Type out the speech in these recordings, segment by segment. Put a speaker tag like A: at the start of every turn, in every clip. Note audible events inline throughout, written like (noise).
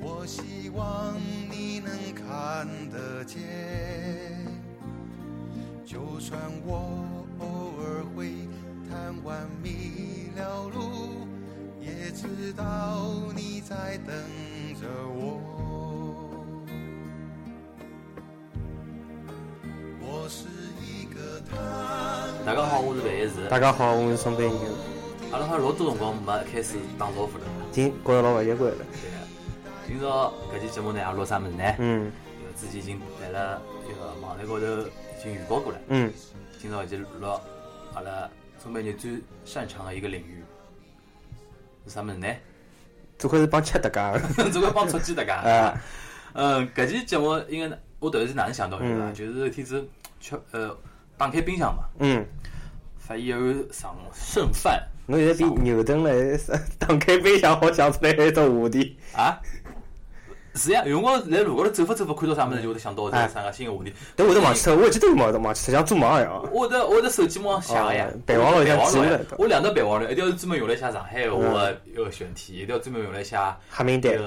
A: 我希望你能看得见。就算我偶尔会贪玩迷了路，也知道你在等着我。我是一个贪
B: 大家好，我是万一是。
C: 大家好，我是宋丹英，
B: 阿拉好像老多辰光没开始打招呼了。
C: 今觉着老勿习惯了。
B: 对个，今朝搿期节目呢，阿拉录啥物事呢？
C: 嗯
B: 就之前已经在了那个网站高头已经预告过了。
C: 嗯，
B: 今朝已经录了阿拉中美人最擅长的一个领域是啥物事呢？ (laughs)
C: 这块是帮吃的家。
B: 只会帮出击大家
C: (laughs) 啊。
B: 嗯，搿期节目应该我突然是哪能想到的呢？
C: 嗯
B: 就是有一天子吃呃打开冰箱嘛，
C: 嗯，
B: 发现有剩剩饭
C: 侬现在比牛顿 (laughs) 了，打开冰箱好想出来一种话题。
B: 啊。是呀，有辰光在路高头走发走发，看到啥物事就会得想到这
C: 哎
B: 三个新的话题。
C: 但我都忘记脱，我一记都没忘记脱，像做梦一样。
B: 我的我的手机往下个呀
C: 哦，备忘录里向记录了
B: 备
C: 嗯
B: 忘录呀我两个备忘录，一条是专门用来写上海话的一个选题，一条专门用来写
C: 黑名
B: 那
C: (laughs) 单，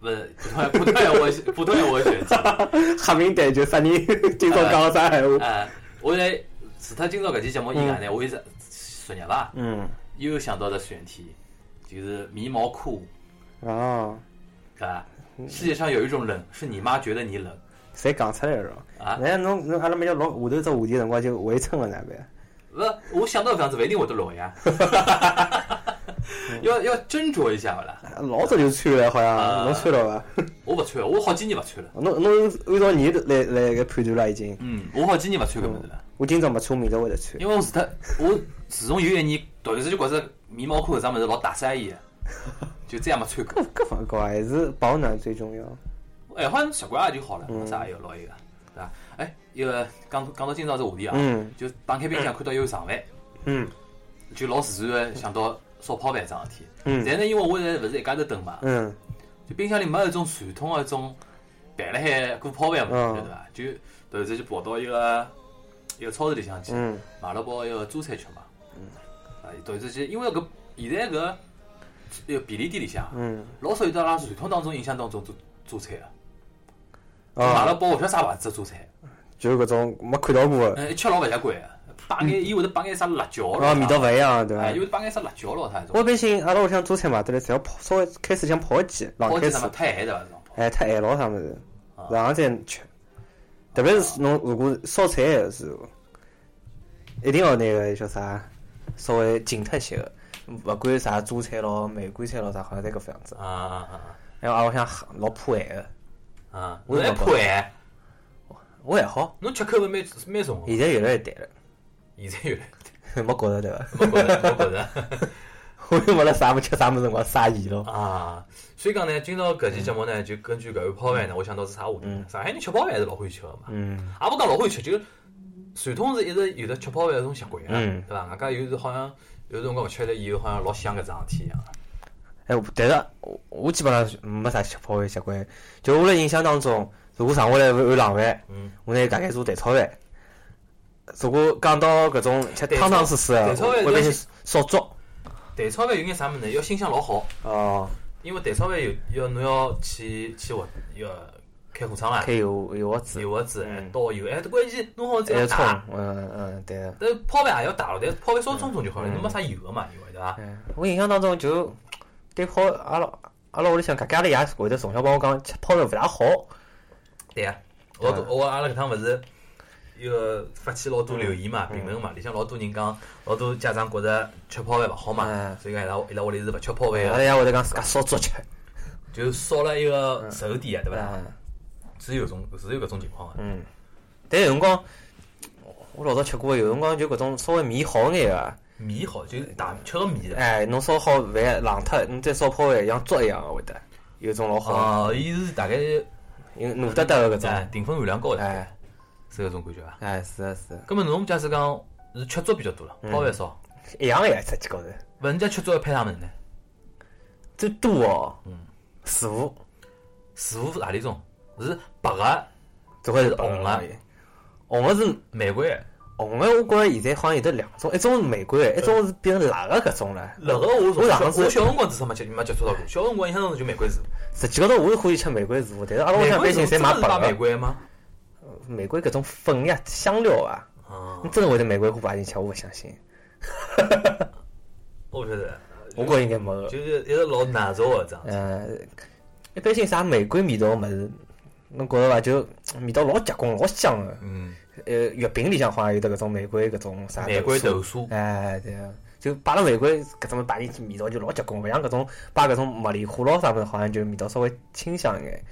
B: 个不是普通话普通话的选题。
C: 黑名单就啥人今朝讲啥闲话。
B: (laughs) 哎，我在除脱今朝搿期节目以外呢，我一直昨日伐，
C: 嗯，
B: 又想到只选题，就是迷毛裤，
C: 哦，
B: 是吧？
C: 嗯
B: 世界上有一种冷，是你妈觉得你冷
C: 侪讲出来了。
B: 啊。
C: 哎，侬侬阿拉没叫老下头只话题辰光就围称了哪办？
B: 不，呃我想到搿样子，勿一定会得落
C: (laughs)
B: 呀。要要斟酌一下勿啦？
C: 老早就穿了，好
B: 啊
C: 像侬穿了伐？
B: 我勿穿，我好几年勿穿了。
C: 侬侬按照年来来个判断了已经。
B: 嗯，我好几年勿穿搿物事了，
C: 我今朝没穿，明朝会得穿。
B: 因为我除脱我自从有一年突然之间觉着棉毛裤搿桩物事老打三
C: (laughs)
B: 意的，就再也没穿过
C: 各。各方面还是保暖最重要。
B: 哎，好像习惯也就好了，
C: 嗯
B: 没啥要老一个，对伐？哎，一个讲讲到今朝这话题啊，
C: 嗯
B: 就打开冰箱看到有剩饭，
C: 嗯
B: 就老自然的想到烧泡饭桩事体。
C: 嗯
B: 但呢，因为我现在勿是一家头蹲嘛，
C: 嗯
B: 就冰箱里没有一种传统的一种摆辣海过泡饭嘛，
C: 嗯
B: 对伐？就突然之间跑到一个一个超市里向去
C: 嗯
B: 买了包一个榨菜吃嘛，啊，突然之间，因为搿现在搿一个便利店里向
C: 嗯，
B: 老少有得阿拉传统当中印象当中做做菜的。买了
C: 啊，
B: 包勿晓得啥牌子的榨菜，
C: 就是搿种没看到过的，
B: 嗯，一吃老勿习惯的，摆眼伊会得摆眼啥辣椒咯，
C: 啊，味道
B: 勿，
C: 勿一样，对
B: 哎，伊
C: 伐？
B: 会摆眼啥辣椒咯，啥
C: 我
B: 种，
C: 一般性阿拉屋里向做菜嘛，得来只要泡，稍微开始想泡几，
B: 包
C: 浪
B: 起
C: 开
B: 什么
C: 始，
B: 太咸对伐？这种包
C: 哎，太咸了啥物事，然后再吃。特别是侬如果烧菜的时候，一定要那个叫啥，稍微紧脱些个，勿管啥榨菜咯、玫瑰菜咯啥，好像侪搿副样子。
B: 啊啊
C: 然后阿拉屋里向老怕咸个，
B: 啊啊！
C: 我
B: 侬还
C: 也没
B: 怕咸，
C: 我还好，
B: 侬吃口味蛮蛮重的。
C: 现在越来越淡了。 (laughs)
B: 现在有了，
C: 没觉着对伐？
B: 我觉着，我觉着
C: (laughs) 我又没了啥么吃啥么辰光撒盐咯。
B: 啊，所以讲呢，今朝搿期节目呢，就根据搿碗泡饭呢，我想到是啥话题呢？上海人吃泡饭还是老欢喜吃的嘛，
C: 嗯
B: 也勿讲老欢喜吃，就是传统是一直有的吃泡饭的这种习惯啊，
C: 嗯
B: 对伐？外加有时好像有辰光勿吃了以后，好像老想搿桩事体一啊样。
C: 哎，我但是我我基本上是没啥吃泡饭习惯，就我的印象当中，如果剩下来碗冷饭，
B: 嗯，
C: 我拿伊大概做蛋炒饭。如果讲到搿种吃
B: 蛋
C: 汤
B: 炒
C: 汤水水的
B: 蛋，炒
C: 我
B: 饭
C: 我一般
B: 要
C: 性烧粥。
B: 蛋炒饭有眼啥物事呢？要心想老好，
C: 哦，
B: 因为蛋炒饭有要侬要去去火要开火窗啊，
C: 开油油锅子，
B: 油盒子
C: 嗯
B: 倒油，哎，关键弄好
C: 还
B: 再
C: 要
B: 要
C: 冲
B: 打。，
C: 嗯嗯对。
B: 但泡饭也要打了，但泡饭稍冲冲就好了，侬没啥油的嘛，因为对伐？
C: 嗯，我印象当中就对泡阿拉阿拉屋里向搿家里也会得从小帮我讲吃泡饭勿大好。
B: 对呀，我
C: 嗯
B: 我阿拉搿趟勿是一个发起老多留言嘛、评论嘛，里向老多人讲，老多家长觉着吃泡饭勿好嘛，
C: 嗯
B: 所以讲伊拉伊拉屋里是勿吃泡饭
C: 阿拉
B: 个，
C: 也会得啊讲自家烧粥吃。
B: 就少了一个手底啊，对伐？
C: 嗯。
B: 是有种是有搿种情况啊个，
C: 嗯，但有辰光，我老早吃过，有辰光就搿种稍微面好眼个，
B: 米好就是大吃个米的。
C: 哎，侬烧好饭冷脱，侬再烧泡饭像粥一样啊的会得，有种老好，
B: 哦，伊是大概
C: 有糯哒哒的搿
B: 哎
C: 种，
B: 淀粉含量高的，
C: 哎
B: 是搿种感觉伐？啊
C: 哎，是的是的，
B: 葛末侬假使讲是缺粥比较多了，泡饭少。
C: 一样呀，实际高头，
B: 勿人家缺粥要配啥物事呢？
C: 这多哦，嗯，师傅，
B: 师傅是何里种？是白个、
C: 这块
B: 是
C: 是
B: 红
C: 红
B: 的
C: 了，红的是
B: 玫瑰的。
C: 红的，我觉着现在好像有得两种，一种是玫瑰的，一种是变成辣的搿种了。
B: 辣个我从
C: 我
B: 小
C: 上
B: 我
C: 次
B: 小辰光至少没接没接触到过，小辰光印象中就玫瑰树。
C: 实际高头我是欢喜吃玫瑰树，但是阿拉屋
B: 玫
C: 里向
B: 瑰
C: 般
B: 树
C: 性
B: 真的
C: 侪
B: 是买
C: 买
B: 玫
C: 白的，
B: 瑰吗？
C: 玫瑰搿种粉呀、香料啊，
B: 嗯，
C: 你真的会得玫瑰花摆进去？我勿相信，
B: 我不晓得，
C: 我觉着应该没个。
B: 就是一直老难找的这样。
C: 呃，一般性啥玫瑰味道的物事，侬觉着伐？就味道老结棍，老香的。
B: 嗯，
C: 呃，月饼里向好像有得搿种玫瑰搿种啥
B: 玫瑰
C: 豆
B: 豆
C: 腐
B: 沙，
C: 哎，对啊，就摆了玫瑰搿种摆进去味道就老结棍，勿像搿种摆搿种茉莉花咯啥物事，好像就味道稍微清香一眼。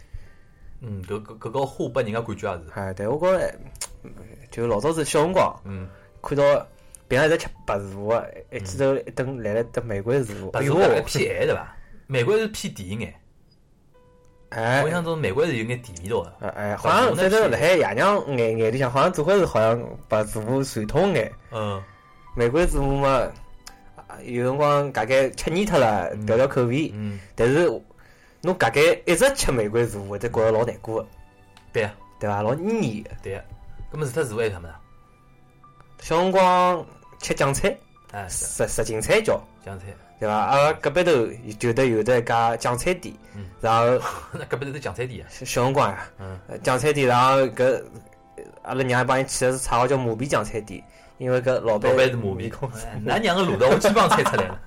B: 嗯，搿搿搿个花拨人家感觉也是，
C: 哎，对我觉着，嗯就老早子小辰光
B: 嗯，
C: 看到别人在吃白薯啊，一记头一等来了一只玫瑰薯，
B: 白
C: 哎
B: 树
C: 呦
B: 大概，偏咸对伐？玫瑰是偏甜一眼，我
C: 哎
B: 印。象中玫瑰是有眼甜味道的。
C: 哎哎，好像反正辣海爷娘眼眼里向，好像总归是好像白薯传统眼，
B: 嗯，
C: 哎玫瑰薯嘛，啊有辰光大概吃腻脱了，调调口味。
B: 嗯，
C: 但是侬搿该一直吃玫瑰树，会得觉着老难过的，
B: 对啊
C: 对伐？老腻的。
B: 对啊，搿么除脱树还有啥物事啊？
C: 小辰光吃酱菜，
B: 哎，是啊
C: 十十斤菜叫，
B: 香菜，
C: 对伐？阿拉隔壁头就得有得一家酱菜店，然后
B: 那搿边是酱菜店啊。
C: 小小辰光呀
B: 嗯，
C: 呃酱菜店，然后搿阿拉娘帮伊起的是绰号叫马皮酱菜店，因为搿老板
B: 老板是麻皮
C: 公司。
B: 哎㑚娘个路到我基本上猜出来
C: (laughs)
B: 了。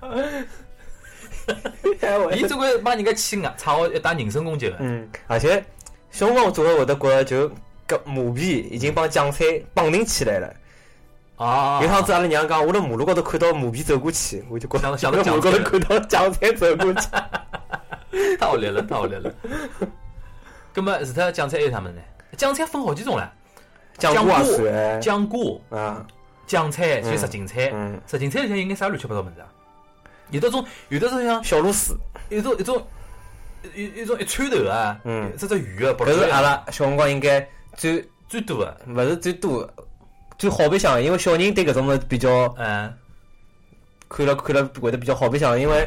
B: (laughs) 伊总归帮人家起外差号一打人身攻击了。
C: 嗯，而且小辰光我总归会得觉着就搿马皮已经帮酱菜绑定起来了。
B: 啊，
C: 有趟子阿拉娘讲，我辣马路高头看到马皮走过去，我就觉
B: 想
C: 着
B: 想
C: (laughs) 马
B: 到
C: 路
B: 蒋
C: 高
B: 介
C: 头
B: 石
C: 看到蒋才走过去。
B: 太恶劣了，太恶劣 (laughs) 了。葛么除啊脱酱菜还有啥物事呢？酱菜分好几种唻，(laughs)
C: 蒋
B: 江
C: 过也
B: 户
C: 算
B: 酱瓜、
C: 啊，
B: 酱菜、就十锦菜。
C: 嗯，
B: 十锦菜里向有眼啥乱七八糟物事啊？有的种，有的种像
C: 嗯小螺丝，
B: 一种一种一一种一穿头啊，
C: 嗯
B: 这只鱼啊，
C: 搿是阿
B: 拉
C: 拉小辰光应该最
B: 最多啊的。
C: 勿是最多最好白相的，因为小人对搿种物事比较
B: 嗯
C: 看了看了会得比较好白相，因为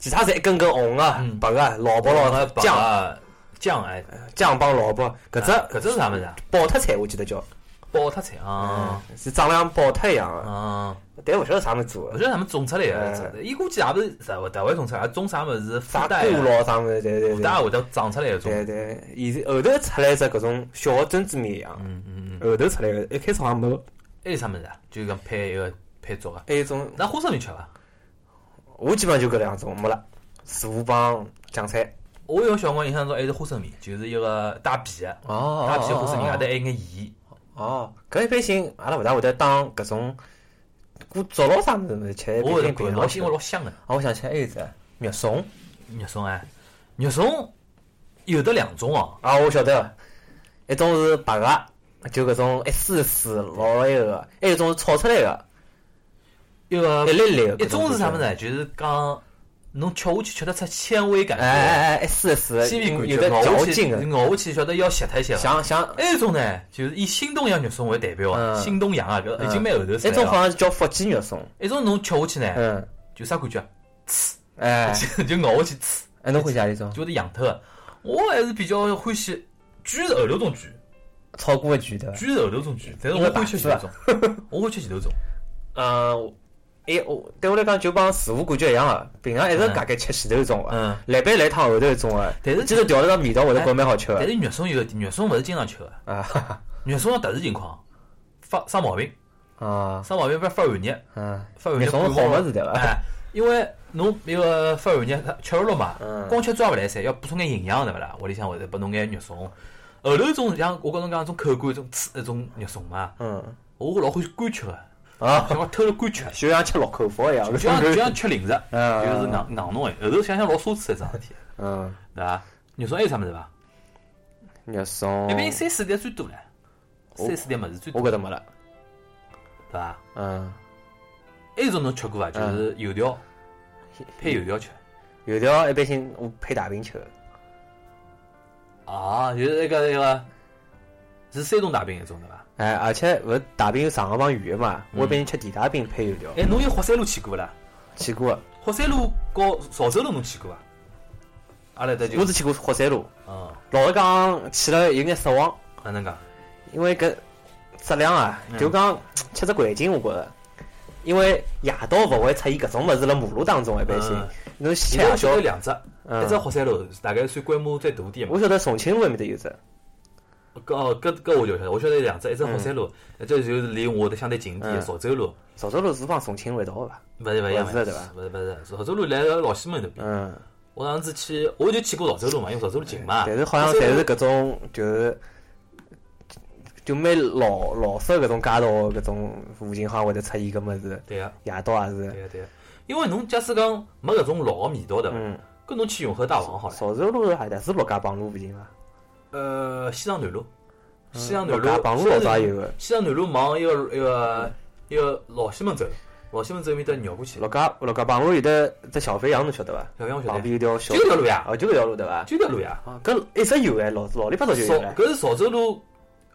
C: 其他侪一根根红啊
B: 嗯、
C: 白啊、老
B: 白
C: 卜咯
B: 啊、白
C: 酱
B: 啊酱哎，
C: 酱帮老卜，搿只
B: 搿只是啥物事啊？
C: 爆特菜我记得叫，
B: 爆特菜啊
C: 是长得像爆特一样的，
B: 啊！
C: 但勿晓得啥物事啊做
B: 勿
C: 的，
B: 晓得他们种出来的
C: 哎，
B: 伊估计也勿是啥勿大会种出来，也种啥物事
C: 啥
B: 附带
C: 菇
B: 啊
C: 咯啥物事，对对
B: 附
C: 对。
B: 带也会得长出来的种。
C: 对对，现在后头出来一只搿种小的榛子面一样，
B: 嗯嗯嗯，
C: 后头出来个，一开始好像没有。
B: 还有啥物事啊？就是讲配一个配粥啊。
C: 还有一种，
B: 那花生米吃伐？
C: 我基本上就搿两种没了，四五帮酱菜。
B: 我有小辰光印象中还哎是花生米，就是一个带皮的，
C: 哦
B: 带皮的花生米，外头还有眼盐。
C: 哦，搿一般性阿拉勿大会得当搿种锅粥咯啥物事吃，
B: 我会得
C: 哎毕
B: 觉得老
C: 竟平常
B: 鲜
C: 吃
B: 味老香的。
C: 啊，我想起来还有一只肉松
B: 肉松哎，肉松有的两种哦，
C: 啊，我晓得，一种是白个，就搿种一丝一丝老埃个，还有一种是炒出来个，
B: 一个
C: 一粒粒的。
B: 一种是啥物
C: 搿
B: 事啊呢？
C: 就
B: 就是讲侬吃下去吃得出纤维感
C: 哎哎
B: 觉，
C: 哎，一丝一丝，
B: 纤维感觉，
C: 有的
B: 咬
C: 嚼
B: 下去
C: 劲啊的，
B: 咬下去晓得要吸脱一些了。
C: 像像
B: 还有一种呢，就是以新东阳肉松为代表啊，
C: 嗯哎
B: 新东阳啊，搿已经蛮后头出来
C: 一种好
B: 了。
C: 像是叫福建肉松，
B: 一种侬吃下去呢，
C: 嗯，
B: 就啥感觉啊？
C: 哎，
B: (laughs) 就咬下去呲，
C: 哎，侬欢喜哪里种？
B: 就是痒脱的。我还是比较欢喜，卷是后头种卷，
C: 炒过的卷对伐？
B: 卷是后头种卷，但是我欢喜前头种，我欢喜前头种。
C: 嗯，哎，我对我来讲就帮师傅感觉一样啊，平常一直
B: 嗯
C: 大概吃前头种个，
B: 嗯，
C: 来杯来趟后头种个，
B: 但是
C: 记得调了个味道，我是觉得蛮好吃
B: 但
C: 个
B: 是肉松有个点，肉松勿是经常吃的，
C: 啊哈哈
B: 肉松要特殊情况发生毛病，
C: 啊
B: 生毛病不要发寒热，
C: 嗯，
B: 发寒热
C: 肉松是
B: 感冒
C: 好物事对伐？
B: 哎，因为侬那个发软热，它吃肉了嘛，
C: 嗯
B: 光吃抓勿来噻，要补充眼营养对勿啦？屋里向会得拨侬眼肉松。后头种像我跟侬讲，种口感，种刺，一种肉松嘛，
C: 嗯
B: 我老欢喜干吃个，
C: 啊，
B: 像我偷了干吃，
C: 就像吃落口饭一样，
B: 就
C: (laughs)
B: 像就像吃零食，
C: 嗯
B: 就是硬硬弄个。后头想想老奢侈一桩事体，
C: 嗯，
B: 对伐？肉松还有啥物事伐？
C: 肉松
B: 一，般三四碟最多唻，三四碟物事最
C: 哦我
B: 多，
C: 觉得没了，
B: 对伐？
C: 嗯，
B: 还有一种侬吃过伐？就是油条，配油条吃。
C: 油条一般性我配大饼吃的，
B: 啊，就是那个那个是山东大饼一种对伐？
C: 哎，而且勿是大饼有上个帮圆个嘛，我一般吃地大饼配油条，
B: 哎，侬有霍山路去过勿啦？
C: 去过的，
B: 霍山路和潮州路侬去过伐？阿拉搭就
C: 我只去过霍山路，
B: 嗯，
C: 老实讲去了有眼失望，
B: 哪能讲？
C: 因为搿质量啊，就讲吃只环境，我觉着，因为夜到勿会出现搿种物事辣马路当中一般性
B: 嗯，
C: 侬吃
B: 现在
C: 夜
B: 我晓得有
C: 宵，
B: 两只，一只
C: 嗯，
B: 霍山路大概算规模最大点嘛。
C: 我晓得重庆路埃面搭有只，
B: 搿哦搿搿我就晓得，我晓得有两只，一只霍山路，一只就是离我的相对近点的
C: 嗯
B: 潮州路。
C: 潮州路是帮重庆路一道个伐？
B: 勿是勿一样，
C: 勿是
B: 勿
C: 对伐
B: 勿是勿是，潮州路来老西门那边。
C: 嗯，
B: 我上次去，我就去过潮州路嘛，因为潮州路近嘛。
C: 啊但是好像侪是搿种就是。就蛮老老式搿种街道搿种附近，好像会得出现搿物事，
B: 对个，
C: 夜到也是。
B: 对个，对个。因为侬假使讲没搿种老个味道的，
C: 嗯，
B: 搿侬去永和大王好了。
C: 潮州路是海的，是陆家浜路附近伐？嗯
B: 呃，西藏南路，西藏南
C: 陆
B: 路
C: 家，浜路老早也有个，
B: 西藏南路往一个一个一个老西门走，老西门走面搭绕过去，
C: 陆家陆家浜路有得只小肥羊，侬晓得伐？
B: 小杨我晓
C: 旁
B: 得，
C: 边有条小
B: 就，条路呀，
C: 哦，就搿条路对伐？
B: 就条路呀。
C: 啊，搿一直有哎，老老里八
B: 潮
C: 早就有了。
B: 搿是潮州路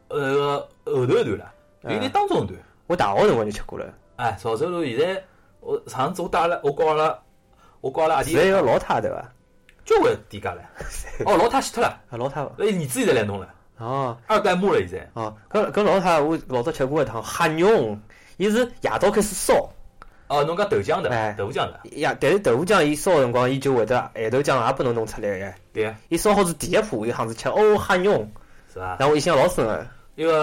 B: 呃后头一段啦，有
C: 嗯
B: 点当中一段。
C: 我大学辰光就吃过了，
B: 哎，潮州路现在我上次我带阿拉我告阿拉我告阿拉阿弟
C: 现在要老太对伐？
B: 交关低价了。哦，老太死脱了，
C: 啊，老太伐？
B: 那儿子现在来弄了，
C: 哦
B: 二代目了现在。
C: 哦，搿搿老太我老早吃过一趟哈肉，伊是夜到开始烧，
B: 哦，侬讲豆浆
C: 哎
B: 的，豆浆的，
C: 呀，但是豆腐浆伊烧的辰光，伊就会得咸豆浆也拨侬弄出来哎。
B: 对呀，
C: 伊烧好是第一步，伊行子吃哦哈肉，
B: 是吧？
C: 然后我印象老啊深个。
B: 因为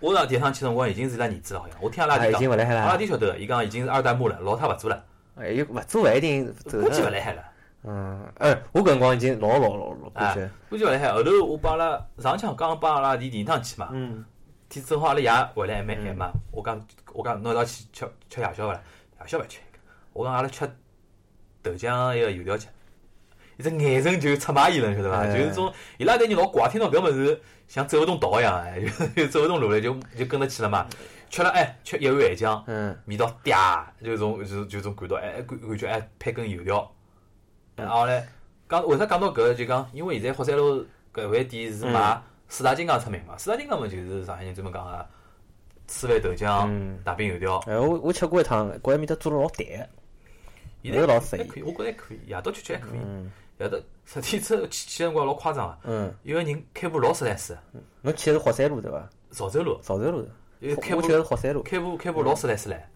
B: 我上第一趟去辰光已经是伊拉儿子了，好像我听阿拉
C: 啊，
B: 弟
C: 已经
B: 讲，
C: 勿来海
B: 阿拉
C: 了，
B: 弟晓得，伊讲已经是二代目了，老太勿做了，
C: 哎，又勿做勿一定走
B: 估计勿
C: 了。
B: 来海了。
C: 嗯，哎，我搿辰光已经老老老老感觉
B: 哎，，估计勿来海。后头我帮阿拉上腔刚帮阿拉弟第一趟去嘛，
C: 嗯，
B: 天正好阿拉爷回来还蛮晚嘛，我讲我讲侬一道去吃吃夜宵勿啦？夜宵勿吃，我讲阿拉吃豆浆一个油条吃。伊只眼神就出卖伊了，晓得伐？
C: 哎
B: 就是种伊拉对人老怪，听到搿物事像走勿动道一 (laughs) 样，哎，就走勿动路了，就就跟着去了嘛。吃了哎，吃一碗咸酱，
C: 嗯，
B: 味道嗲，就种就就种感到哎感感觉哎配根油条。然后嘞，讲为啥讲到搿个就讲，因为现在霍山路搿饭店是卖
C: 嗯
B: 四大金刚出名嘛，四大金刚嘛就是上海人专门讲个四碗豆浆、大饼油条，
C: 哎，我我吃过一趟，觉埃面搭做了老淡，
B: 现
C: 还
B: 在
C: 是老嗯
B: 还
C: 适宜
B: 可以，我觉着还可以，夜到吃吃还可以。夜到实体车去去的辰光老夸张啊，
C: 嗯，
B: 有个人开部劳斯莱斯，
C: 侬去的是霍山路对伐？
B: 潮州路，
C: 潮州路，
B: 有开
C: 我
B: 部
C: 去的是霍山路。
B: 开部开部劳斯莱斯来，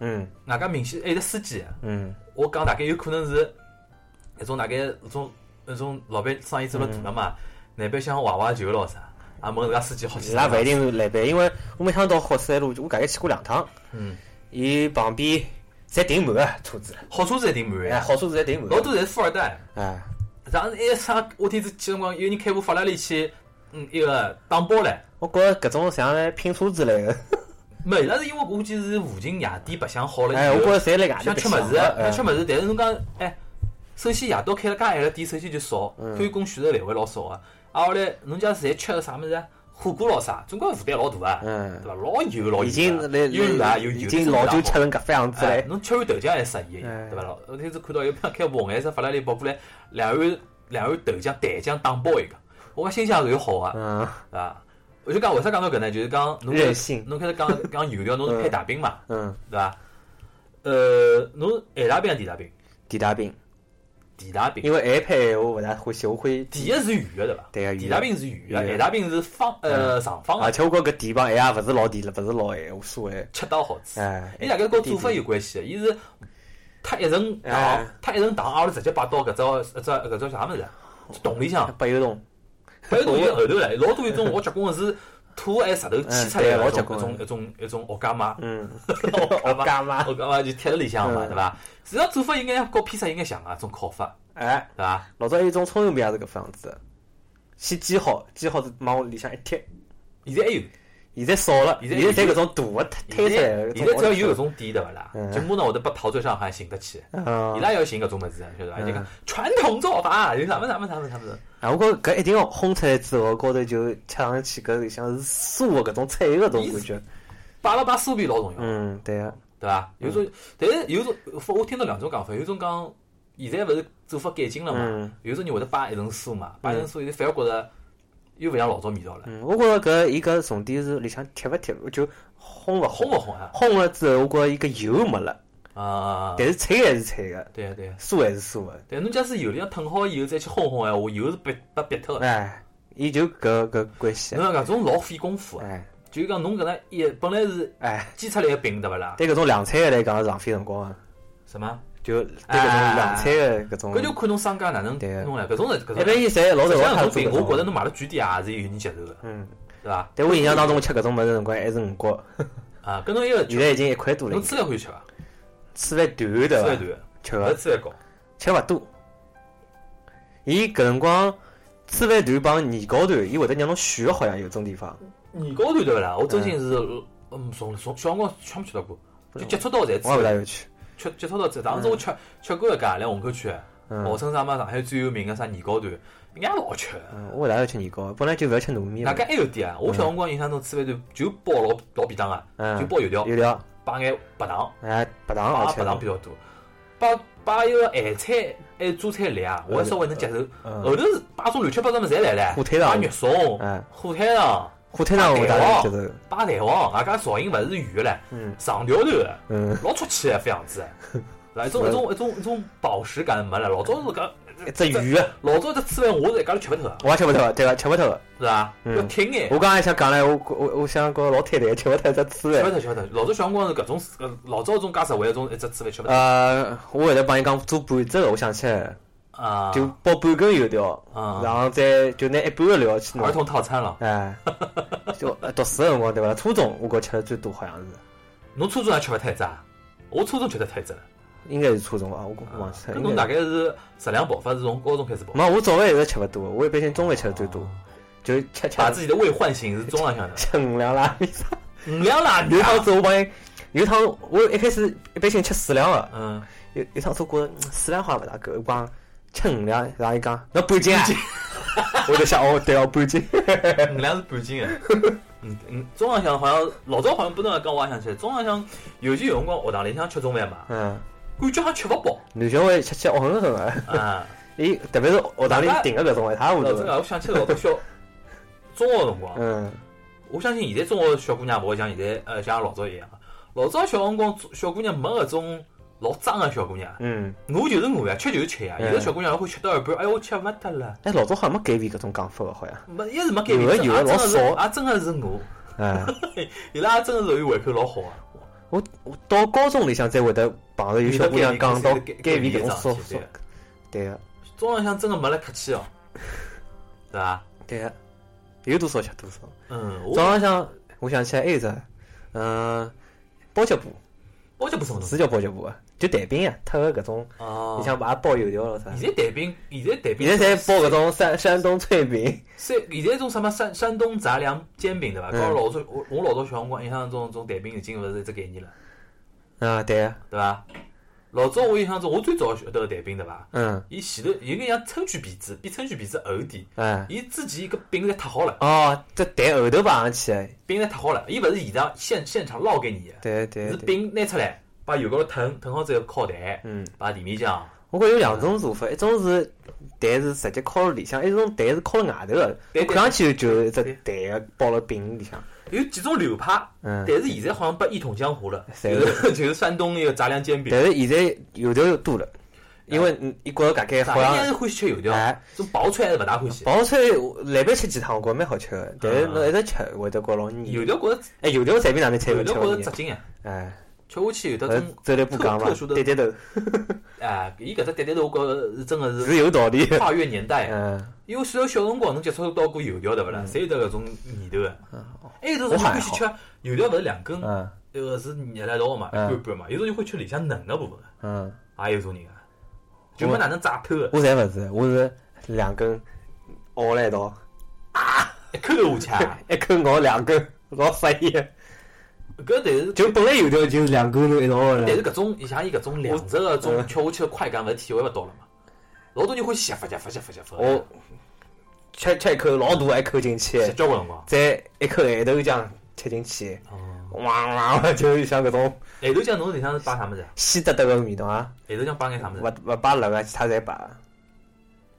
C: 嗯
B: 外加明显还有一个司机，啊
C: 嗯，
B: 我讲大概有可能是一种大概一种一种老板生意做了大了嘛，难边想怀怀旧咯啥，也啊问自家司机好几
C: 伊
B: 次
C: 拉勿一定是来北，因为我没想到霍山路，我大概去过两趟，
B: 嗯，
C: 伊旁边侪停满个啊车子，
B: 好车子一定满
C: 哎，
B: 呀，
C: 好车子侪停满
B: 老
C: 的，
B: 多侪是富二代。
C: 哎，
B: 上次哎啥，我天子去辰光，有人开部法拉利去，嗯，一个打包唻。
C: 我觉着搿种像来拼车子来个，
B: 没，伊拉是因为我估计是附近夜店白相好了
C: 哎，我
B: 以
C: 觉
B: 后，
C: 着侪来外
B: 想
C: 头白
B: 吃
C: 相
B: 物事，
C: 哎
B: 想吃物事，但是侬讲，哎，首先夜到开了介晚了店，首先就少，
C: 嗯
B: 可以供选择范围老少啊。啊，后来侬家是侪吃个啥物事啊？火锅咯啥，总归负担老大啊。
C: 嗯
B: 对伐？老油老油啊，
C: 已经来
B: 有油啊，
C: 来，
B: 有油
C: 已经老久吃成搿副样子
B: 哎
C: 嘞，
B: 侬吃碗豆浆还适意，
C: 哎
B: 对伐？老我天子看到有朋友开红颜色法拉利跑过来，两碗两碗豆浆蛋浆打包一个，我讲心想有好啊，
C: 嗯
B: 对伐？我就讲为啥讲到搿呢？就是讲侬开
C: 任
B: 始
C: 性
B: 侬开始讲讲油条，侬是配大饼嘛，
C: 嗯，
B: 对伐？呃，侬咸大饼还是地大饼？
C: 地大饼，
B: 地大饼，
C: 因为咸配的我勿大欢喜，我欢喜
B: 第一是圆的对伐？
C: 对啊圆的
B: 地大饼是圆
C: 圆
B: 的，
C: 的嗯
B: 咸大饼是方呃长方
C: 而
B: 的，
C: 且我觉啊搿地方咸也勿是老甜了，勿是老咸，无所谓。
B: 吃到好吃。
C: 哎，
B: 伊大概跟做法有关系的，伊是它一层糖
C: 哎，
B: 它一层糖，阿拉直接摆到搿只搿只搿只啥物事啊，桶里
C: (laughs)
B: 向，
C: 八油洞，
B: 还有东西后头来，老多有种老结棍的是土还石头砌出来
C: 嗯对
B: 的
C: 老
B: 那
C: 结
B: 种
C: 棍
B: 一种一种一种奥伽
C: (laughs)
B: 马，
C: 嗯，
B: 奥
C: 干嘛？
B: 奥伽马就贴在里向嘛，
C: 嗯
B: 对伐？实际上做法应该和披萨应该像啊，种烤法，
C: 哎，
B: 对伐？
C: 老早有一种葱油饼也是搿副样子的，先煎好，煎好是往里向一贴，
B: 现在还有，
C: 现在少了，
B: 现
C: 现
B: 在
C: 在侪搿种大的推
B: 现
C: 出来的
B: 在
C: 搿种
B: 现在只要有搿种店，对勿啦？
C: 嗯
B: 就马上会得把陶醉上海寻得起，伊
C: 嗯，
B: 拉也要寻搿种物事，晓得伐？
C: 嗯
B: 就讲传统做法，有啥么啥么啥么啥么子，
C: 啊，我觉着搿一定要烘出来之后，高头就吃上去搿里向是酥的搿种菜油搿种感觉。
B: 摆了摆酥皮老重要。
C: 嗯，对个，
B: 对伐？有种，但是有种，我听到两种讲法，有种讲现在勿是做法改进了嘛
C: 嗯，
B: 有种人会得摆一层酥嘛，摆一层酥，现在反而觉着又勿像老早味道了。
C: 嗯，我觉着搿伊搿重点是里向贴勿贴，就烘勿
B: 烘
C: 烘
B: 勿，烘啊？
C: 烘了之后我觉着伊搿油没了，
B: 啊啊啊！
C: 但是脆还是脆个，
B: 对啊对啊。
C: 酥还是酥个，
B: 但侬假使油里向腾好以后再去烘烘哎，我油是被被逼脱个。
C: 哎，伊就搿搿关系
B: 侬，讲搿种老费功夫个，
C: 哎
B: 就是讲侬搿能一本来是
C: 哎，
B: 煎出来个饼对勿啦？
C: 对搿种凉菜的来讲是浪费辰光啊，
B: 什么？
C: 就对搿种凉菜的哎搿种
B: 搿，就看侬商家哪能
C: 嗯对啊
B: 弄了。搿种是搿
C: 一般
B: 种。
C: 伊侪老
B: 实际上
C: 早
B: 搿
C: 做
B: 种饼，
C: 搿
B: 我觉着
C: 种，
B: 侬买了全店也是有人接受个，
C: 嗯，
B: 对伐？
C: 但我印象当中我吃搿种物事辰光还是五角，
B: 啊，跟侬一个
C: 现在已经一块多了
B: 侬，吃饭可以吃伐？
C: 吃饭短
B: 吃饭
C: 的，
B: 短，
C: 吃
B: 勿
C: 个
B: 是吃饭高。
C: 吃勿多。伊搿辰光吃饭团帮年糕团，伊会得让侬选，好像有种地方。
B: 年糕团对勿啦？我真心是，嗯，从从小辰光吃没吃到过，就接触到才
C: 我也勿大
B: 吃，
C: 有去。
B: 吃接触到吃。当时我吃吃过一家来虹口区，
C: 嗯
B: 号称啥嘛上海最有名个啥年糕团，人家老吃。
C: 嗯，我勿大要吃年糕，本来就勿要吃糯米
B: 外
C: 嘛。
B: 加还有一点啊，我小辰光印象中吃饭团就包老老便当啊，
C: 嗯，
B: 就包啊油条，
C: 油条，
B: 摆眼白糖，
C: 哎，白糖
B: 摆
C: 而且
B: 白糖比较多，摆摆一个咸菜还有榨菜粒啊，我还稍微能接受。后
C: 嗯，
B: 头是摆种乱七八糟么侪来了，
C: 火腿肠
B: 摆肉松、
C: 哎，
B: 火腿肠、
C: 火腿肠我
B: 大
C: 大概
B: 腿
C: 接受。
B: 摆蛋黄，外加造型勿是圆个唻，
C: 嗯
B: 长条头个。
C: 嗯，
B: 老出气啊，副样
C: (laughs)
B: 子，来一种一种一种一种饱食感没了。老早是搿，
C: 一只鱼，啊
B: 老早这吃饭我是一家头吃勿透啊，
C: 我也吃勿透，对伐？吃勿透。
B: 是吧？
C: 嗯
B: 要挺眼，
C: 我刚才想讲嘞，我我我想讲老太太吃勿透一只
B: 吃
C: 刺
B: 勿
C: 饭。
B: 透吃勿透。老早小辰光是搿种，呃老早种介实惠一种一只吃饭吃勿透
C: 呃，我会得帮伊讲做半只的，我想起来了，
B: 啊，
C: 就包半根油条，
B: 啊
C: 然后再就拿一半个料去弄
B: 儿。童套餐了。
C: 哎，就呃读书的辰光对伐？初中我觉吃的最多好像是，
B: 侬初中也吃勿脱一只啊？我初中吃得脱一只了。
C: 应该是初中吧，我估忘
B: 啊
C: 记
B: 搿
C: 了。
B: 侬
C: 应
B: 大
C: 该
B: 概是食量爆发是从高中开始爆发，啊
C: 没，我早饭一直吃勿多，我一般性中饭吃的最多，就吃
B: 把
C: 吃
B: 自己的胃唤醒是中浪
C: (laughs)
B: 向的。
C: 吃五两拉面。
B: 五两辣啊
C: 有一
B: 牛
C: 趟子我帮伊，有一趟我一开始一般性吃四两个，
B: 嗯，
C: 有有一趟子我觉着嗯四两好像勿大够，我讲吃五两，然后伊讲侬半斤啊， (laughs) 我就想哦对哦
B: (laughs)
C: 半斤，
B: 五粮是半斤的。嗯嗯，中浪向好像老早好像不能讲，我也想起来，中浪向尤其有辰光学堂里向吃中饭嘛，
C: (laughs) 嗯，
B: 感觉好像吃勿饱
C: 男小孩吃起恶狠狠个， (laughs)
B: 啊。
C: 伊特别是学堂里订个搿种一塌糊
B: 老
C: 涂
B: 真
C: 的，
B: 个，我想起来老多小 (laughs) 中学辰光，
C: 嗯
B: 我相信现在中学小姑娘勿会像现在呃像老早一样，老早小辰光小姑娘没搿种老脏个小姑娘，
C: 嗯，
B: 我就是我呀，吃就是吃呀。
C: 嗯
B: 现在小姑娘会吃到一半，哎，我吃勿得了，
C: 哎老早好像没改变搿种讲法个好像，
B: 没一是没改变，
C: 有
B: 真
C: 的
B: 的
C: 有的
B: 也啊真
C: 老
B: 的是也
C: 少
B: 真个是我，
C: 嗯。
B: 伊拉也真个是属于胃口老好啊个。
C: 我 (laughs) 我到高中里向才会得碰着有小姑娘讲到减肥搿种说说，对个
B: 中浪向真个没来客气哦，对伐？
C: 对个，有多少吃多少。
B: 嗯，我
C: 早浪向我想起来还有一只，嗯，包脚布，
B: 我就不什么东西
C: 是叫包脚布啊，就蛋饼啊，特个搿种，
B: 哦
C: 你像把它包油条了啥。
B: 现在蛋饼，现在蛋饼，
C: 现在侪包搿种山山东脆饼，
B: 山，现在种什么山山东杂粮煎饼对伐？
C: 嗯
B: 搞老早我我老早小辰光印象中，种蛋饼已经勿是一只概念了，
C: 啊对个，
B: 对伐？老早我印象中，我最早晓得个蛋饼对伐？
C: 嗯，
B: 伊前头有眼像春卷皮子，比春卷皮子厚点。
C: 哎，
B: 伊之前搿饼侪塌好了，
C: 哦，这蛋后头摆上去的，
B: 饼侪塌好了，伊勿是现场现现场捞给你的，
C: 对对
B: 是
C: 对，
B: 饼拿出来，把油高头腾腾好之后烤蛋，
C: 嗯，
B: 摆里面酱，
C: 我觉着有两
B: 啊
C: 种做法，一种是蛋是直接烤里向，一种蛋是烤外头的，
B: 对对
C: 看上去就是一只蛋啊包了饼里向。
B: 有几种流派。
C: 嗯，
B: 但是现在好像被一统江湖了，
C: 是
B: 就是 (laughs) 就是山东那个杂粮煎饼，
C: 但是现在油条又多了，因为嗯伊觉着大概
B: 大
C: 好
B: 家还是
C: 像
B: 欢喜吃油条，
C: 哎，
B: 种薄脆还是勿大欢喜。
C: 包出来来不吃几趟，我觉着蛮好吃的，但是侬一直吃会得觉
B: 油
C: 老腻。
B: 啊条觉
C: 哎，油条随便哪能吃
B: 着
C: 也
B: 油
C: 吃
B: 条
C: 勿
B: 觉着
C: 腻
B: 扎。劲啊，
C: 哎，
B: 吃下去有得
C: 呃
B: 种，
C: 走来不讲嘛
B: 特殊，的
C: 点点头
B: 哎，伊搿只点点头，我觉着是真个是
C: 嗯是有道理的。
B: 跨越年代，啊
C: 嗯，
B: 因为虽然小辰光侬接触到过油条对勿啦，侪有得搿种年头的。还有种人
C: 嗯我还
B: 欢喜吃油条，勿是两根，
C: 嗯
B: 那个是捏辣一道个嘛，一
C: 嗯
B: 半半嘛。有种人会吃里向嫩个部分的，
C: 嗯，
B: 也有种人啊，就没哪能啊炸透个，
C: 我侪勿是，我是两根熬
B: (laughs)
C: 了一道，
B: 一口头下去啊。
C: 一根熬两根，老色一。
B: 搿但是
C: 就本来油条就是两根头一道熬
B: 但
C: 的
B: 是，搿种像伊搿种两只个种吃下去的快感，勿是体会勿到了嘛？老多人欢喜吸发吸发吸发吸发，
C: 我吃吃一口老大一口进去，
B: 吸交关辰光。
C: 再一口咸豆浆吃进去，
B: 哦，
C: 汪汪就是像搿种
B: 咸豆哎浆侬里向是摆啥物事啊？哎
C: 稀得得个味道啊，
B: 咸豆浆摆眼啥物事？
C: 勿啊勿摆辣个，其他侪摆。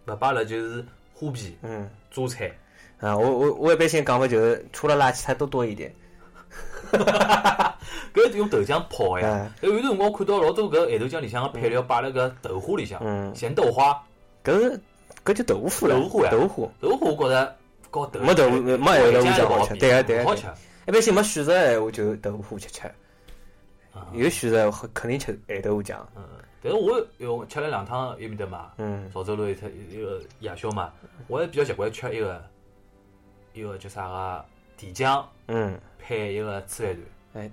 B: 勿摆了就是花皮、
C: 嗯，
B: 榨菜、
C: 啊，我我我一般性讲法就是除了垃圾，它都多一点。
B: 搿是用豆浆泡的呀
C: 哎。
B: 有辰光看到老多搿咸豆浆里向个配料摆辣搿豆花里向，
C: 嗯
B: 咸豆花，
C: 搿是搿就豆腐了，
B: 豆腐呀
C: 豆腐。
B: 豆花我觉着搞豆
C: 没豆腐没
B: 豆
C: 有豆腐
B: 浆
C: 酱
B: 不
C: 好
B: 好
C: 吃
B: 比
C: 对个对个啊
B: 不好
C: 对
B: 吃。
C: 一般性没选择的闲话，就豆腐吃吃。有选择肯定吃咸豆腐酱。
B: 嗯，但是我有吃了两趟伊面搭嘛，
C: 嗯，
B: 潮州路一特一个夜宵嘛，我还比较习惯吃一个一个叫啥个甜浆
C: 嗯，
B: 配一个粢饭团。
C: 哎，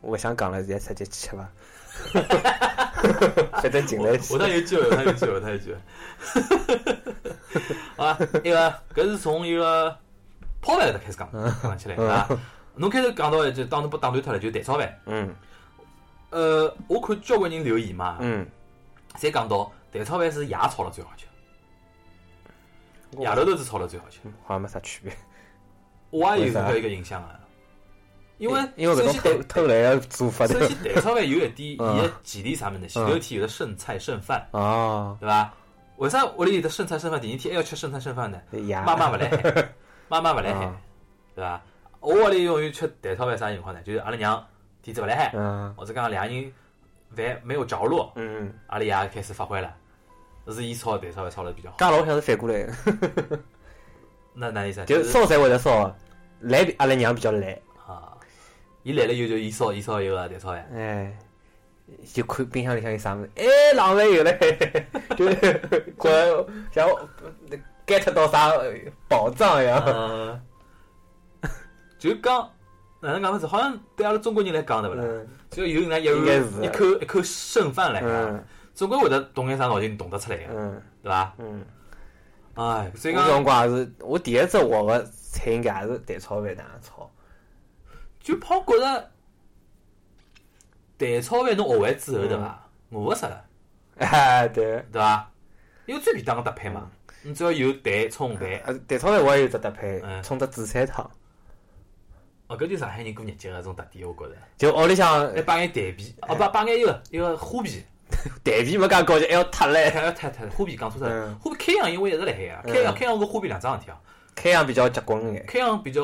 C: 我不想讲了，现在直接去吃吧。反正进来
B: 我倒有机会，我倒有机会，我倒有机会。 (laughs) 啊，一个搿是从一个泡饭搿搭开始讲讲起来啊。侬开头讲到的就当时被打断脱了，就是蛋炒饭。
C: 嗯
B: 呃，我看交关人留言嘛，
C: 嗯，
B: 侪讲到蛋炒饭是夜炒了最好吃，夜头头是炒了最好吃。
C: 嗯好像没啥区别。
B: 我也有
C: 为啥
B: 搿一个印象啊，因为
C: (laughs) 因为搿
B: 首
C: 种
B: 先
C: 偷
B: 蛋
C: 偷来的做法
B: 首
C: 对
B: 先蛋炒饭有一点伊
C: (laughs) 嗯
B: 个前提是啥物事，前头一天有的剩菜剩饭，
C: 哦，
B: 对伐？为啥屋里有的剩菜剩饭，第二天哎还要吃剩菜剩饭呢？
C: 爷
B: 妈妈勿来
C: (laughs)
B: 海，妈妈勿来海
C: 啊嗯，
B: 对伐？我屋里永远吃蛋炒饭啥情况呢？就是阿拉娘天子勿来海，
C: 嗯
B: 或者讲两个人饭没有着落，
C: 嗯，
B: 阿拉爷开始发挥了，是伊炒蛋炒饭炒得比较好。
C: 家老像是反过来的，
B: 那哪意思啊？
C: 就是烧菜会得烧，来比阿拉娘比较来。
B: 啊，伊来了以后就伊烧伊烧一个蛋炒饭，
C: 哎，就看冰箱里向有啥物事，哎，浪费有嘞， (laughs) 就是觉像 get 到啥宝藏一样。
B: 呃， (laughs) 就讲哪能讲法子？好像对阿拉中国人来讲对勿啦？
C: 嗯
B: 就有人一有
C: 应该是
B: 一口一口剩饭来讲，
C: 嗯
B: 总归会得动眼啥脑筋动得出来个，
C: 嗯
B: 对伐？
C: 嗯，
B: 哎，所
C: 我
B: 以讲
C: 辰光也是，我第一只学个菜应该也是蛋炒饭，哪能炒？
B: 就怕觉着蛋炒饭侬学会之后，对伐？
C: 嗯
B: 饿勿死了，
C: 哎， (laughs) 对，
B: 对伐？因为最便当个搭配嘛，
C: 嗯
B: 你只要有蛋、葱、饭，
C: 呃蛋炒饭我也有只搭配
B: 嗯，
C: 冲只紫菜汤。
B: 哦，搿就上海人过日脚个种特点，我觉着。
C: 就屋里向呃
B: 来摆眼蛋皮，哦，
C: 哎
B: 摆摆眼一个一个花皮，
C: 蛋皮没介高级，哎还要塌嘞，
B: 太太太花皮讲错脱了
C: 嗯。
B: 花皮开阳因为一直辣海啊呀，开阳开阳跟花皮两桩事体啊。
C: 开阳比较结棍眼。
B: 开阳比较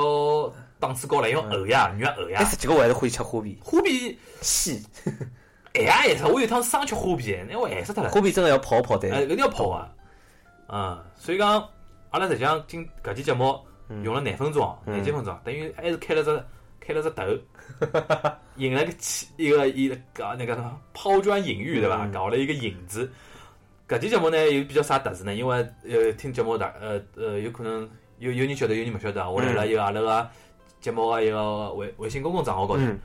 B: 档次高了，因
C: 嗯
B: 为厚呀，肉厚呀
C: 但。实际个哎我还是欢喜吃花皮，
B: 花皮
C: 细
B: 咸呀咸死，我有一趟生吃花皮，那我咸死脱了。
C: 花皮真的要泡泡
B: 哎，
C: 的。
B: 搿定要跑啊！嗯，所以讲，阿拉实际上今搿期节目用了廿分钟，啊廿几分钟，等于还是开了只开了只头，引了个气，一个一个搿那个什么抛砖引玉，对伐？搞了一个引子。搿期节目呢有比较啥特质呢？因为呃听节目的呃呃有可能有有人晓得，有人勿晓得啊。我辣辣一个阿拉个节目个一个微微信公共账号高头，
C: 嗯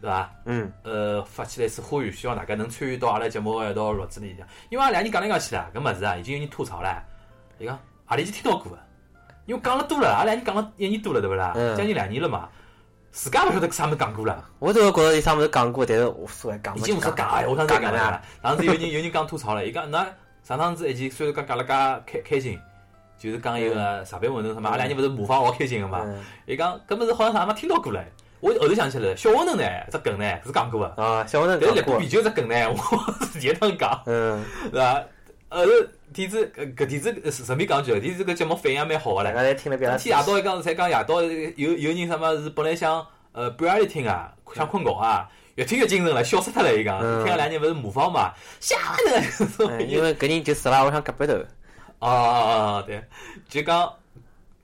B: 对伐？
C: 嗯
B: 呃发起了一次呼吁，希望大家能参与到阿拉节目一道录制里向。因为阿拉两人讲来讲去啦，搿物事啊已经有人吐槽了，伊讲阿里已经听到过了，因为讲了多了，阿拉两人讲了一年多了，对勿啦？
C: 嗯
B: 将近两年了嘛，自家勿晓得啥物事讲过了，
C: 我都觉得有啥么子讲过，但是无所谓，讲
B: 已
C: 嘛
B: 经无
C: 就
B: 啥讲哎，我上次也
C: 讲
B: 讲
C: 了
B: 了。，上次有人有人讲吐槽了，伊讲那上趟子一期虽然讲讲了介开开心，就是讲一个啥办活动什么，阿拉两人勿是模仿老开心个嘛，
C: 嗯
B: 伊讲搿物事好像啥没听到过了。我后头想起来了，小馄饨呢，只梗呢是讲过个，
C: 啊，小馄
B: 但
C: 饨
B: 是
C: 讲
B: 立
C: 过
B: 啤。酒只梗呢，我是第一趟讲，
C: 嗯，
B: 是吧？呃，提子搿搿提子呃顺便讲句，提子搿节目反应也蛮好个
C: 大
B: 唻。
C: 家侪听了比
B: 那 (laughs)
C: 较
B: 天夜到一讲，侪讲夜到有有人什么是本来想呃半夜里听啊，想困觉啊，越听越精神了，笑死脱了。伊讲，
C: 嗯
B: 听了两人勿是模仿嘛，吓
C: 哎
B: 人。
C: 因为搿人就死了，我想夹鼻头。
B: 啊啊啊！啊对，就讲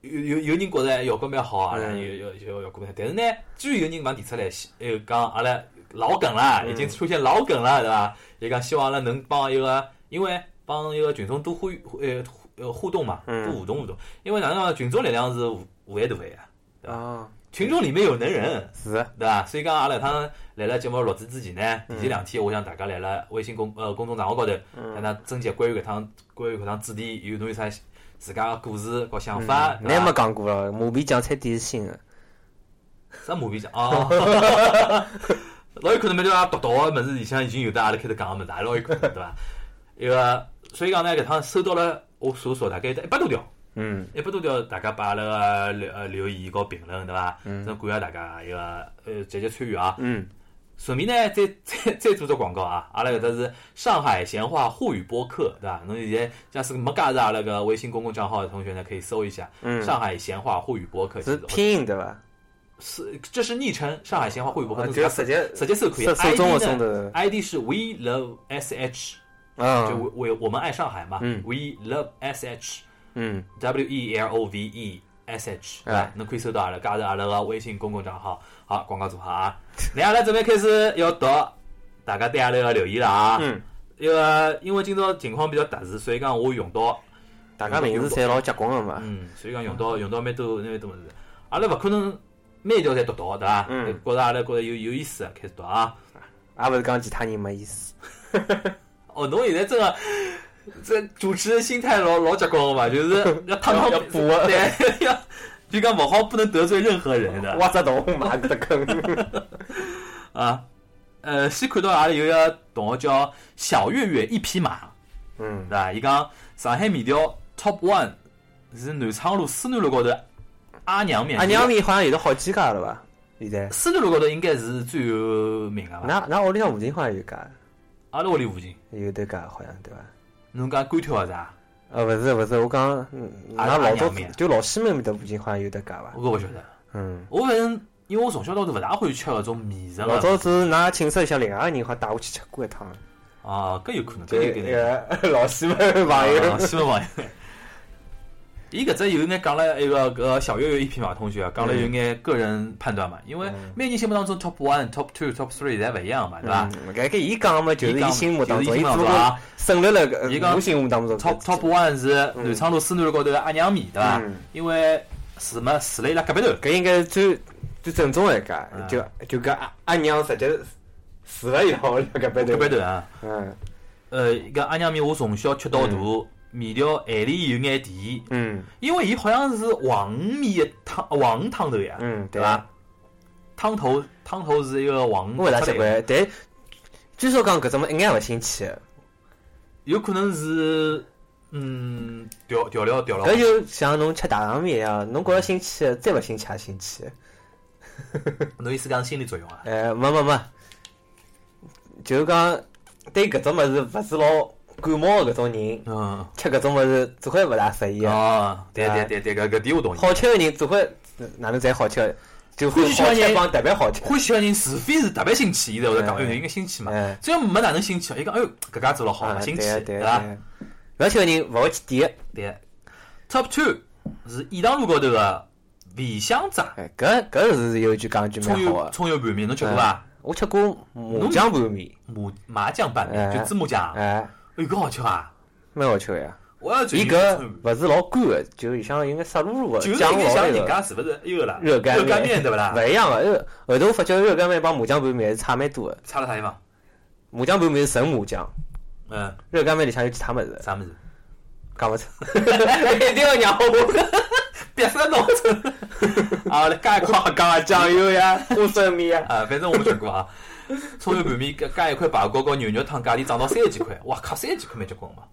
B: 有有有人觉着效果蛮好啊，
C: 嗯
B: 然后有有有效果蛮好，但是呢，居然有人往提出来，呃，讲阿拉老梗啦，
C: 嗯
B: 已经出现老梗了，对伐？也讲希望阿拉能帮一个，因为帮一个群众多呼吁呃互呃互动嘛，
C: 嗯
B: 多互动互动，因为哪能讲，群众力量是无无限大的呀，对吧
C: 啊，
B: 群众里面有能人。
C: 是，
B: 对伐？所以讲，阿拉趟来了节目录制之前呢，提前两天，我想大家来了微信公呃公众账号高头，看看征集关于搿趟关于搿趟主题，有侬有啥自家个故事和想法？
C: 你也
B: 对伐
C: 嗯没讲过了，麻皮酱餐店是新啊的。
B: 啥麻痹讲哦，老有可能嘛，就阿拉读到个物事里向已经有的阿拉开头讲个物事，也老有可能对伐？一个，所以讲呢，搿趟收到了我所索大概一百多条。
C: 嗯
B: 一百多条大家把阿拉呃个留呃留言和评论对伐？嗯，真感谢大家一个呃积极参与啊！
C: 嗯
B: 顺便呢，再再再做只广告啊！阿拉搿搭是上海闲话沪语播客，对伐？侬现在假使没加入阿拉啊个微信公共账号的同学呢，可以搜一下“上海闲话沪语播客”，
C: 嗯是拼音对伐？
B: 是这是昵称，上海闲话沪语播客，
C: 就直接
B: 直接搜可以。
C: 搜搜中文
B: ID
C: 送
B: 呢
C: 的，
B: ？ID 是 We Love SH，就
C: 嗯
B: 我我我们爱上海嘛
C: 嗯
B: ，We Love SH。
C: 嗯，
B: W E L O V E S H，对
C: 哎
B: 吧？侬可以搜到阿拉加入阿拉个微信公共账号。好，广告做好啊！ (laughs) 那阿拉准备开始要读大家对阿拉个留言了啊。
C: 嗯。
B: 因为因为今朝情况比较特殊，所以讲我用
C: 啊
B: 到，
C: 大家名字侪老结棍个嘛，
B: 嗯，所以讲用到用到蛮多蛮多物事。阿拉勿可能每一条侪读到，对伐？
C: 嗯
B: 觉着阿拉觉着有有意思，开始读啊。
C: 也勿是讲其他人没意思。
B: 哦，侬现在真个，这主持人心态老老结棍个嘛，就是要堂堂
C: (laughs) 要补
B: (laughs)
C: 啊
B: 对，要就讲勿好不能得罪任何人的。
C: 挖只洞埋只 (laughs) 坑，
B: 啊，呃，先看到阿拉有一个同学叫小月月一匹马，
C: 嗯
B: 对，伐？伊讲上海面条 Top One 是南昌路思南路高头阿娘面，
C: 阿啊娘面好像有得好几家了吧？现在，
B: 思南路高头应该是最有名个吧？
C: 那那屋里向附近好像有家，
B: 阿拉屋里附近，
C: 有得家好像对伐？
B: 侬讲干挑是啊伐？
C: 呃，勿是勿是，我讲，嗯
B: 阿
C: 那老
B: 阿
C: 早
B: 娘面
C: 就老西门面搭附近好像有得家伐？
B: 我搿勿晓得，
C: 嗯，
B: 我反正因为我从小到大勿大欢喜吃搿种面食
C: 老
B: 个
C: 早子㑚寝室里向另外个人好像带我去吃过一趟，
B: 啊，搿有可能，搿
C: 就
B: 有
C: 一
B: 可能。
C: 个呃 (laughs) 老西门朋友
B: 啊，，西门朋 (laughs) 友。伊搿只有眼讲了一个搿小月月一匹马同学啊，讲了有眼个人判断嘛，因为每个人心目当中 top one、top two、top three 侪勿一样嘛，对伐
C: 嗯？？搿个伊讲嘛，就是
B: 伊
C: 伊
B: 讲
C: 心目当
B: 就
C: 中，
B: 是伊
C: 伊
B: 心
C: 只
B: 目
C: 不
B: 当中
C: 过
B: 啊
C: 省略了个
B: 伊讲
C: 我心目当中的
B: top top one 是南昌路思南路高头的阿娘面，对伐
C: 嗯？
B: 因为住嘛住了伊拉隔壁头，
C: 搿应该是最最正宗的一家
B: 嗯，
C: 就就搿阿阿娘直接死了以后，搿边
B: 隔壁
C: 头，
B: 头啊。
C: 嗯
B: 呃，搿阿娘面我从小吃到大，面条眼里有眼甜，
C: 嗯
B: 因为伊好像是黄鱼面的汤黄鱼汤头呀，
C: 嗯，
B: 啊对
C: 对
B: 伐？？汤头汤头是一个黄鱼
C: 我勿大
B: 出
C: 习
B: 来的
C: 惯，但据说讲搿种物一眼勿新奇的，
B: 有可能是，嗯，调调料调了。
C: 搿就像侬吃大肠面一样，侬觉着新奇的，再勿新奇也新奇的。
B: 侬意思讲心理作用啊？
C: 呃，没没没，就是讲对搿种物事勿是老感冒的搿种人，
B: 嗯，
C: 吃搿种物事总归勿大适啊宜的。
B: 哦，对
C: 对
B: 对对对，搿搿点我同意。
C: 好吃的人总归哪能侪好吃，就
B: 欢
C: 会
B: 喜吃
C: 好
B: 的人
C: 吃帮特别好吃。
B: 欢喜个人，除非是特别新奇，伊才会得讲，哎
C: 嗯
B: 呦，应该新奇嘛。
C: 嗯，
B: 只要没哪能新奇，伊讲，哎呦，搿家做了好，
C: 啊，
B: 新
C: 对
B: 奇，
C: 啊对
B: 对伐？
C: 啊对啊，勿吃的人勿会去点。
B: 对。Top two 是颐塘路高头个味香炸
C: 哎，搿搿是有一句讲句蛮
B: 葱
C: 好
B: 油
C: 的。
B: 葱油拌面，侬吃过
C: 嗯
B: 伐？
C: 我吃过麻酱拌面，
B: 麻麻酱拌面就
C: 哎
B: 芝麻酱，嗯哎
C: 哎，
B: 呦，搿好吃啊！
C: 蛮好吃的呀。
B: 我要最
C: 伊
B: 近吃
C: 搿
B: 葱油拌面
C: 勿是老干的，就里向有眼湿漉漉的，
B: 就是
C: 酱
B: 有点
C: 老
B: 像
C: 呃那
B: 人
C: 个。
B: 家是勿是那个啦？
C: 热干
B: 热干面对勿
C: (laughs)
B: 啦？
C: 勿一样的。呃后头我发觉热干面帮麻酱拌面还是差蛮多的。
B: 差了啥地方？
C: 麻酱拌面是纯麻酱，
B: 嗯，
C: 热干面里向有其他物事，
B: 啥物
C: (laughs)
B: 事？
C: 讲勿出。一定要让我
B: (laughs) 别说弄成
C: (laughs)
B: 啊！来加一块
C: 哇，讲酱油 (laughs) 呀，花生米呀，
B: (laughs) 啊，反正我没吃过啊。葱油拌面加加一块排骨和牛肉汤，价钿涨到三十几块，哇靠，三十几块蛮结棍嘛，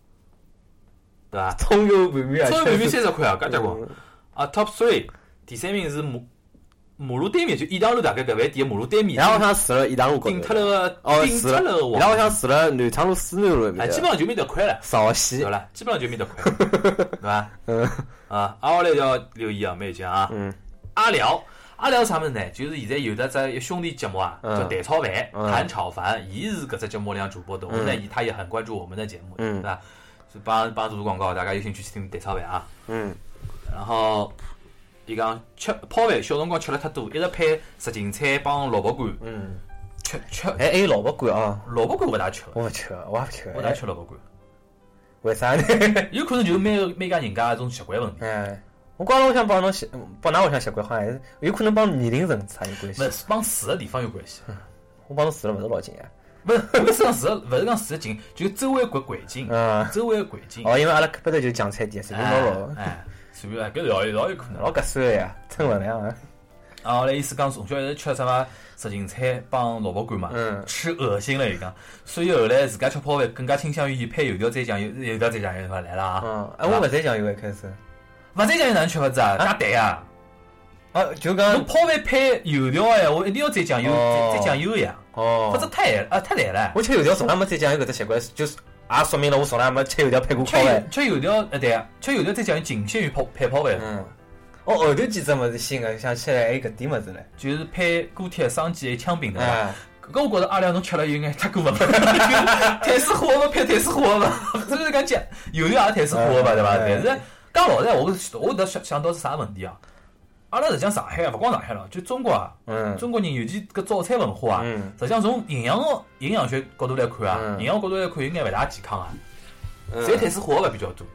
B: 对
C: (laughs)
B: 伐？
C: 葱油拌面啊，
B: 葱油拌面
C: 确
B: 三
C: 实
B: 十块啊，介结棍啊！Top three，第三名是马马路对面，就颐塘路大概搿饭店马路对面，
C: 然后我想住了颐塘路高头
B: 顶脱了
C: 哦
B: 个，顶
C: 住
B: 脱了
C: 了
B: 个，
C: 然后
B: 黄
C: 我，想住了南昌路西南路
B: 哎，
C: 面
B: 基
C: 头
B: 本上就面得块了。
C: 绍
B: 对
C: 兴
B: 伐，啦？基本上就面得块，
C: (laughs)
B: 对伐？嗯啊，挨下来要留意啊，每一讲啊。
C: 嗯。
B: 阿廖，阿廖是啥物事呢？就是现在有的只一兄弟节目啊，
C: 嗯
B: 叫蛋炒饭，
C: 嗯
B: 谭炒饭，伊是搿只节目里向主播的。我们呢，伊他也很关注我们的节目，
C: 嗯
B: 对伐？是帮帮做做广告，大家有兴趣去听蛋炒饭啊。
C: 嗯，
B: 然后伊讲吃泡饭，小辰光吃了太多，一直配什锦菜帮萝卜干。
C: 嗯，哎
B: 吃吃
C: 还还有萝卜干啊，
B: 萝卜干勿大吃，
C: 我勿吃，我也勿吃
B: 勿，大吃萝卜干，
C: 为啥呢？ (laughs)
B: 有可能就是每个每家人家一种习惯问题。
C: 哎，我觉着我想帮侬习，帮㑚屋里向习惯好像还是有可能帮年龄层差有关系
B: 勿。是帮住个地方有关系，
C: 我帮侬住了勿是老近啊呀。
B: 勿是勿是讲住个，勿是讲住个近，就周围环环境，
C: 嗯，
B: 周围环境。
C: 哦，因为阿拉隔壁头就是酱菜店，随便捞捞，
B: 哎，随便哎，搿老有老有可能。
C: 老合算的呀，称分量啊。
B: 然后来意思讲，从小一直吃什么什锦菜帮萝卜干嘛，
C: 嗯
B: 吃恶心了伊讲，所以后来自家吃泡饭更加倾向于伊配油条蘸酱油，油条蘸酱油法
C: 嗯
B: 来了啊，
C: 嗯，哎，我勿再酱油一开始，
B: 勿蘸酱油哪能吃法子啊？加蛋啊，
C: 啊，就讲
B: 侬泡饭配油条个闲话，一定要再讲油，
C: 哦
B: 再再讲油呀，否则
C: 哦，
B: 太难啊，太难了。
C: 我吃油条从来没再讲有搿只习惯，就是也说明了我从来没吃油条配过
B: 吃
C: 烤
B: 油
C: 饭。
B: 吃油条，呃对啊，吃油条再讲仅限于泡配泡饭，
C: 嗯，我后头几只物事新个，想起来还有搿点物事嘞。
B: 就是配锅贴、生煎、还枪饼对伐？
C: 哎，
B: 搿我觉着阿亮侬吃了有眼太过分
C: (laughs)
B: 了，碳水化合物配碳水化合物，所以讲讲油条也是碳水化合物对伐？但
C: 嗯
B: 是讲老实闲话，我我倒想想到是啥问题啊？阿拉实际上上海啊，勿光上海了，就中国啊，
C: 嗯
B: 中国人尤其搿早餐文化啊，
C: 嗯
B: 实际上从营养学营养学角度来看啊，
C: 嗯
B: 营养角度来看有眼勿大健康啊，
C: 嗯
B: 侪碳水化合物比较多。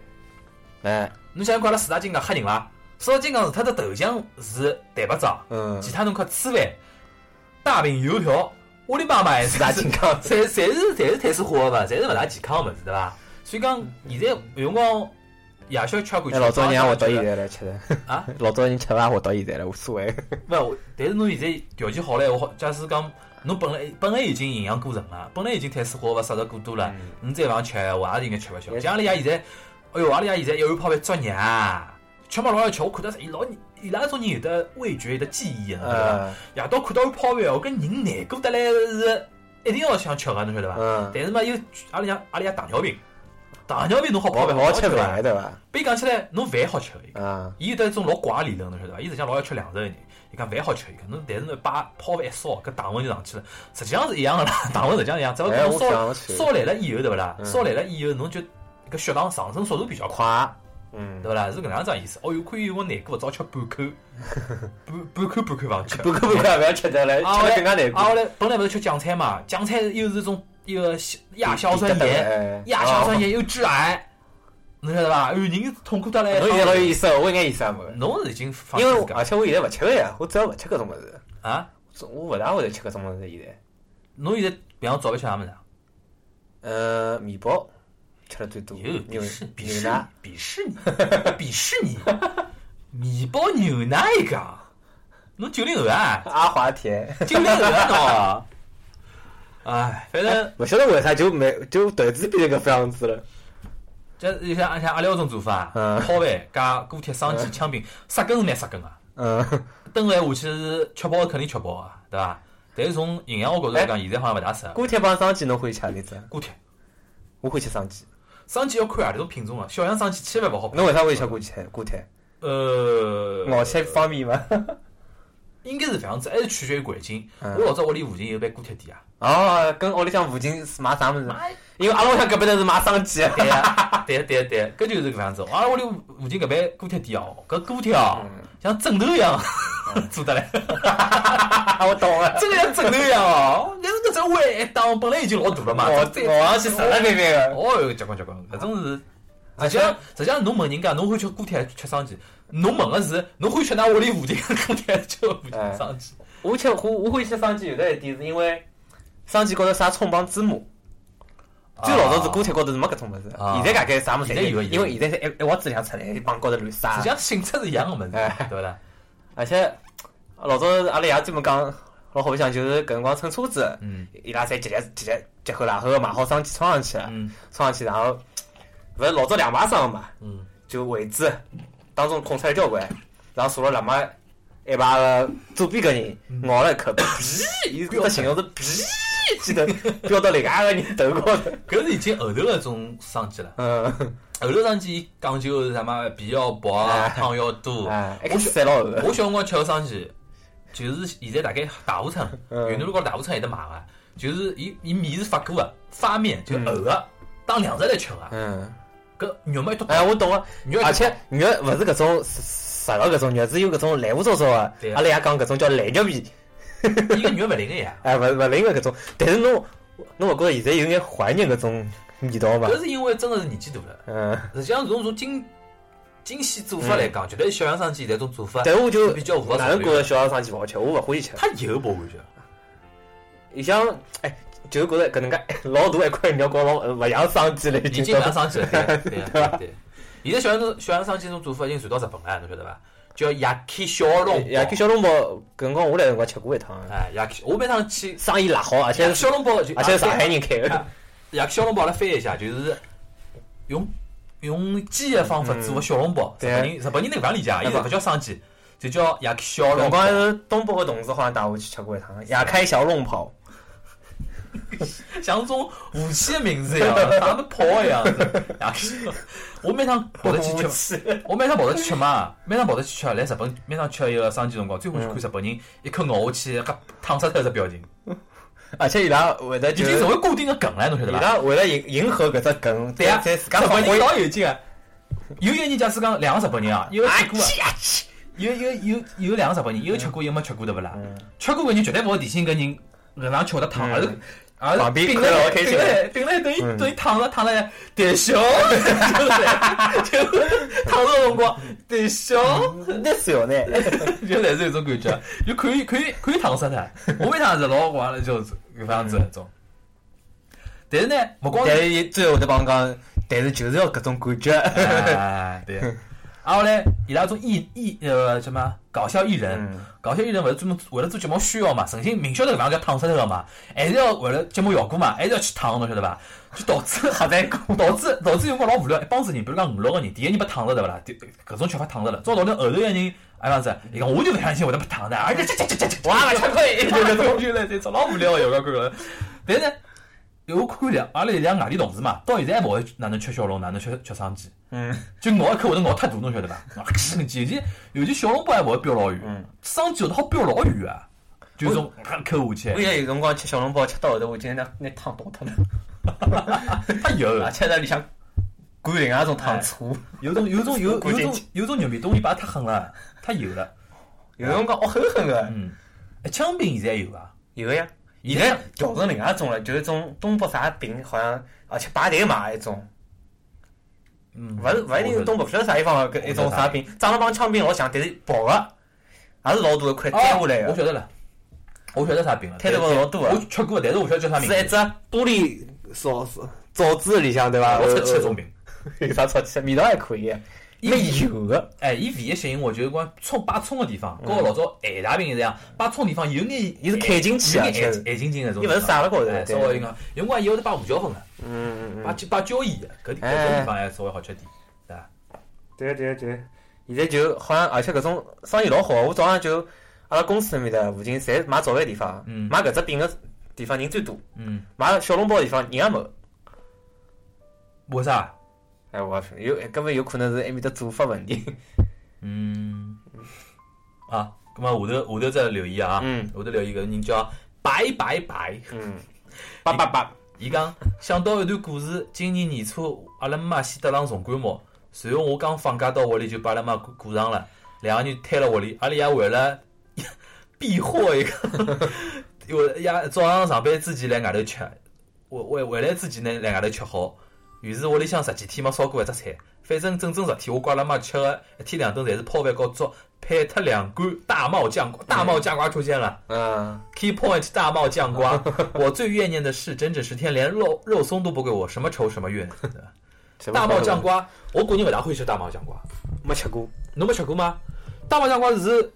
C: 哎，
B: 侬想想看，阿拉四大金刚吓人伐？四大金刚是它的头像是蛋白质啊，
C: 嗯，
B: 其他侬看吃饭、大饼、油条，我的妈妈也是
C: 四大金刚
B: (laughs) 侪侪是侪是碳水化合物，侪是勿大健康个物事，对伐？所以讲现在有辰光夜宵吃惯
C: 那
B: 去，
C: 哎老早人也活到
B: 觉
C: 现
B: 得
C: 在来吃 (laughs) 的
B: 啊，
C: 老早人吃饭也活到现在了，无所谓。
B: 勿我，但是侬现在条件好了，我假使讲侬本来本来已经营养过剩了，本来已经碳水化合物摄入过多了，侬再往吃，我也是应该吃勿消。像阿拉爷现在，哎哟，阿拉爷现在一碗泡饭作孽啊！吃嘛老要吃，我看到是伊老伊拉种人有的味觉有的记忆啊的，对伐？
C: 嗯
B: 夜到看到碗泡饭，我跟人难过得来是一定要想吃啊个，侬晓得伐？
C: 嗯，
B: 但是嘛，又阿拉爷阿拉爷糖尿病，糖尿病侬好泡
C: 好
B: 饭
C: 好吃
B: 伐
C: 饭？对伐？
B: 被讲起来，侬饭好吃。
C: 啊，
B: 伊有得一种老怪个理论，侬晓得伐？伊实际上老要吃粮食个人，伊讲饭好吃，伊讲侬但是侬把泡饭一烧，搿糖分就上去了。实际上是一样个啦， (laughs) 糖分实际上一样，只不过
C: 哎，
B: 侬
C: 我
B: 烧
C: 想得起，
B: 烧来了以后，对勿啦？
C: 嗯
B: 烧来了以后，侬就搿血糖上升速度比较快，
C: 快，嗯
B: 对，勿啦？是搿能样子意思。哦哟，可以有我难过，早吃半
C: (laughs)
B: 口，半半口半口往吃。
C: 不够不够，不要吃哎掉了，
B: 啊
C: 吃了更加难
B: 啊，
C: 过
B: 后。来本来勿是吃酱菜嘛，酱菜又是种一个亚硝酸盐。
C: 盐
B: 亚硝
C: 哦
B: 酸盐又致癌，侬晓得伐？有人痛苦得来
C: 侬。现在老有意思哦，我一眼意思也没有。
B: 侬是已经放
C: 因
B: 弃
C: 为我
B: 自家
C: 而且我现在勿吃个呀，我主要勿吃搿种物事，
B: 啊？
C: 我勿大会得吃搿种物事现在。
B: 侬现在比方早饭吃啥物事啊？
C: 呃，面包吃了最多，
B: 哟，
C: 牛
B: 鄙视鄙
C: 牛
B: 视
C: 奶，
B: 你鄙视你鄙视
C: (laughs)
B: 你！面包牛奶一个，侬九零后啊？
C: 阿华田。
B: 九零
C: (laughs)
B: 后啊侬啊？哎，反正
C: 勿晓得为啥就没就突然之间变成搿副样子了。
B: 这就像像阿拉搿种做法，
C: 嗯
B: 泡饭加锅贴、生煎、枪饼，杀根是蛮杀根啊。
C: 嗯，
B: 蹲来下去是吃饱肯定吃饱啊，对伐？但是从营养学角度来讲，现在好像勿大适合。
C: 锅贴帮生煎侬欢喜吃哪只？
B: 锅贴。
C: 我欢喜生煎。
B: 生煎要看何里种品种了，啊小羊生煎千万勿好碰。
C: 侬为啥欢喜吃锅贴？锅贴
B: 哦呃，
C: 咬起来方便吗？
B: 应该是搿样子，还是取决于环境。
C: 嗯
B: 我老早屋里附近有爿锅贴店啊，
C: 哦，跟屋里向附近是买啥物事？因为阿拉屋里向搿边头是买生煎。
B: 对呀，啊对呀对呀对呀，搿就是搿样子。阿拉屋里附近搿爿锅贴店哦，搿锅贴哦，像枕头一样 (laughs) 做得来，
C: 啊， (laughs) 我懂了。
B: 真个像枕头一样哦。但是搿只碗一当本来已经老大了嘛，
C: 我
B: 这这
C: 我上去实了边边个。
B: 哦哟，结棍结棍，搿种是。实际上，啊实际上，侬问人家，侬会吃锅贴还是吃生煎？侬问个是，侬会吃㑚屋里附近的锅贴还是吃附近的生煎？
C: 我吃我我欢喜吃生煎，有的一点是因为生煎高头啥葱帮芝麻。哎最老早是锅贴高头是没搿种物事，
B: 啊
C: 啊现在大概啥物事
B: 现在
C: 侪
B: 有
C: 有，
B: 了
C: 因为现在是一一锅子量出来，帮高头乱撒
B: 啊实际。上性质是一样的嘛，
C: 哎
B: 对不啦？
C: 而且老早阿拉爷专门讲，老好像就是搿辰光乘车子， (laughs)
B: 嗯
C: 伊拉侪集结集结集合然后买好生煎装上去了，
B: 嗯
C: 装上去然后勿是老早两排装嘛，
B: 嗯，
C: 就位置当中空出来交关，然后坐了两排一排个左边搿人咬了一口，屁，伊搿形容是屁，记得飙到另外一个人头高头，
B: 搿是已经后头的一种生煎了。
C: 嗯，
B: 后头生煎伊讲究是啥嘛？皮要薄啊，
C: 哎
B: 汤要多。
C: 哎，一个塞老后，
B: 我小辰光吃个生煎，就是现在大概大河村、
C: 嗯
B: 云南路高头大河村有得买个，就是伊伊面是发过个，发面就是厚个，当粮食来吃个。
C: 嗯。
B: 搿肉嘛一坨
C: 哎，我懂了，
B: 肉一坨，
C: 而且肉勿是搿种实实个搿种肉，是有搿种烂糊糟糟的
B: 对。啊
C: 阿拉爷讲搿种叫烂肉皮，
B: 伊个肉勿灵个呀。
C: 哎，勿勿灵个搿种。但是侬侬勿觉着现在有眼怀念搿种味道伐？
B: 搿是因为真的是年纪大了，
C: 嗯，
B: 实际上从从精精细做法来讲，绝对小杨生煎现在种做法，
C: 但我就
B: 比较符合常
C: 哪能
B: 理
C: 觉着小学生去勿好吃？我勿欢喜吃。
B: 它油薄感觉。
C: 里向哎，就觉着搿能介老大一块肉光老勿像生煎了，已
B: 已
C: 经
B: 经
C: 到啊
B: 蛮上去了，
C: (laughs)
B: 对对对对。现在小杨小杨生煎种做法已经传到日本了，侬晓得伐？叫亚克小笼
C: 夜
B: 包
C: 去。小笼包，搿辰光我来辰光吃过一趟，
B: 哎，亚克，我每趟去
C: 生意辣好，而且
B: 小笼包就
C: 而且是上海人开
B: 啊
C: 的。
B: 亚克小笼包来翻一下，就是用用鸡的方法做个小笼包。日
C: 对
B: 本人日本人那个勿理解啊，伊
C: 哎
B: 勿叫生煎，就叫夜小
C: 辰
B: 笼
C: 光
B: 包，
C: 是东北个同事好像带我去吃过一趟，夜开小笼包，
B: 像种武器的名字一样， (laughs) 打个炮一样子。 (laughs) 夜宵，我每趟跑得去
C: (laughs)
B: 吃，我每趟跑得去吃嘛，每趟跑得去吃，啊来日本每趟吃一个生煎辰光，最欢喜看日本人一口咬下去，搿烫死脱只表情，
C: 而啊且伊拉会得
B: 已
C: 就
B: 经
C: 是
B: 成为固定的梗了，侬晓得
C: 伊
B: 伐？
C: 拉为了迎迎合搿只梗，
B: 对啊，
C: 再
B: 日
C: 自家发
B: 本人
C: 挥。
B: 老有劲啊！有一个人假使讲两个日本人啊，一个吃
C: 哎
B: 过啊，有有有有两个日本人，一个吃过，一个没吃过，对勿啦？
C: 嗯
B: 吃过搿人绝对勿会提醒搿人搿能吃得烫，而是而是
C: 旁边
B: 并
C: 看了
B: 了
C: 老开心
B: 并了并了等于等于烫了烫了点熊，就是就是烫了辰光点熊，
C: 那是有呢，
B: 就类似一种感觉，就可以可以可以烫死他。我每趟是老完了就是搿样子那种，但是呢，勿光是
C: 但是伊最后得帮我讲，但是就是要搿种感觉。
B: 哎，对。然后嘞，伊拉种艺艺呃什么搞笑艺人，搞笑艺人勿是专门为了做节目需要嘛，诚心明晓得搿能介烫死脱个嘛，还是要为了节目效果嘛，还是要去烫，侬晓得伐？就导致还在导致导致有辰光老无聊，一帮子人，比如讲五六个人，第一个人被烫着对勿啦？第搿种吃法烫着了，照道理后头一个人哎样子，伊讲我就勿相信会得被烫的，而且这这这这这，哇，吃亏，就搿种就来这种老无聊个，有搿个。但是呢，我看看两阿拉两外地同事嘛，到现在还勿会哪能吃小笼，哪能吃吃生煎。
C: 嗯，
B: 就咬一口会得咬太大，侬晓得伐？啊，尤其尤其小笼包还勿会飙老远，生煎有的好飙老远啊，就是种啪口下
C: 嗯我现
B: 去，
C: 在有辰光吃小笼包，吃到后头，我今天拿拿汤倒脱了，
B: 它有
C: 而且在里向灌另外一种汤醋。
B: 有种有种
C: (laughs)
B: 有
C: 估
B: 有
C: 计
B: 种有种肉片东西摆太狠了，太油了。
C: 有辰光恶狠狠个，
B: 嗯，哎，枪饼现在有伐？
C: 有呀。现在调成另外一种了，就是种东北啥饼，好像而且排队买一种，
B: 嗯，
C: 勿是勿一定是东北，
B: 北。
C: 不晓得啥地方个搿一种啥饼，长得帮枪饼老像，但是薄个，也是老大一块摊下来
B: 哦我
C: 个，
B: 晓得了，我晓得啥饼了，
C: 摊头高头老多
B: 我
C: 个，
B: 吃过，但是我晓得叫啥名
C: 是一
B: 字。
C: 只玻璃勺子枣子里向对伐？
B: 我吃吃这种饼。
C: 有啥超级？味道还可以，啊没油个，
B: 哎，伊唯一吸引我就是讲葱摆葱个地方，跟我老早咸大饼一样，摆葱地方有眼
C: 伊是嗯开进去
B: 有
C: 啊
B: 眼咸
C: 确实
B: 咸津津那种
C: 伊
B: 地
C: 勿
B: 方。
C: 是撒辣高头
B: 哎，
C: 的，
B: 稍
C: 对
B: 微有眼，有辰光伊会得摆胡椒粉个，
C: 嗯嗯哎
B: 摆
C: 嗯，
B: 鸡摆椒盐个，搿地搿种地方还稍微好吃点，对伐？
C: 对啊对对，现在就好像而且搿种生意老好，我早浪就阿拉公司那面搭附近侪买早饭地方，
B: 嗯
C: 买搿只饼个地方人最多，
B: 嗯，
C: 买小笼包的地方人也没。
B: 为啥？
C: 哎，我也不有根本有可能是埃面搭做法问题。
B: 嗯，啊，葛末下头下头再留意啊，
C: 嗯
B: 下头留意搿个人叫白白白，
C: 嗯，八八八，
B: 伊讲想到一段故事，今年年初阿拉妈先得上重感冒，随后我刚放假到屋里就把阿拉妈顾顾上了，两个人推了屋里，阿拉爷为了 (laughs) 避祸一个， (laughs) 因为爷早上上班之前来外头吃，回回回来之前呢来外头吃好，于是屋里向十几天没烧过一只菜，反正整整十天我跟阿拉妈吃个一天两顿侪是泡饭和粥，配特两罐大帽酱瓜，大帽酱瓜出现了。
C: 嗯，
B: Key Point 大帽酱瓜，我最怨念的是整整十天连肉肉松都不给我，什么仇什么怨。
C: 什么
B: 大帽酱
C: 瓜 (laughs)
B: 瓜，我估计勿大会吃大帽酱瓜，
C: 没吃过，
B: 侬没吃过吗？大帽酱瓜是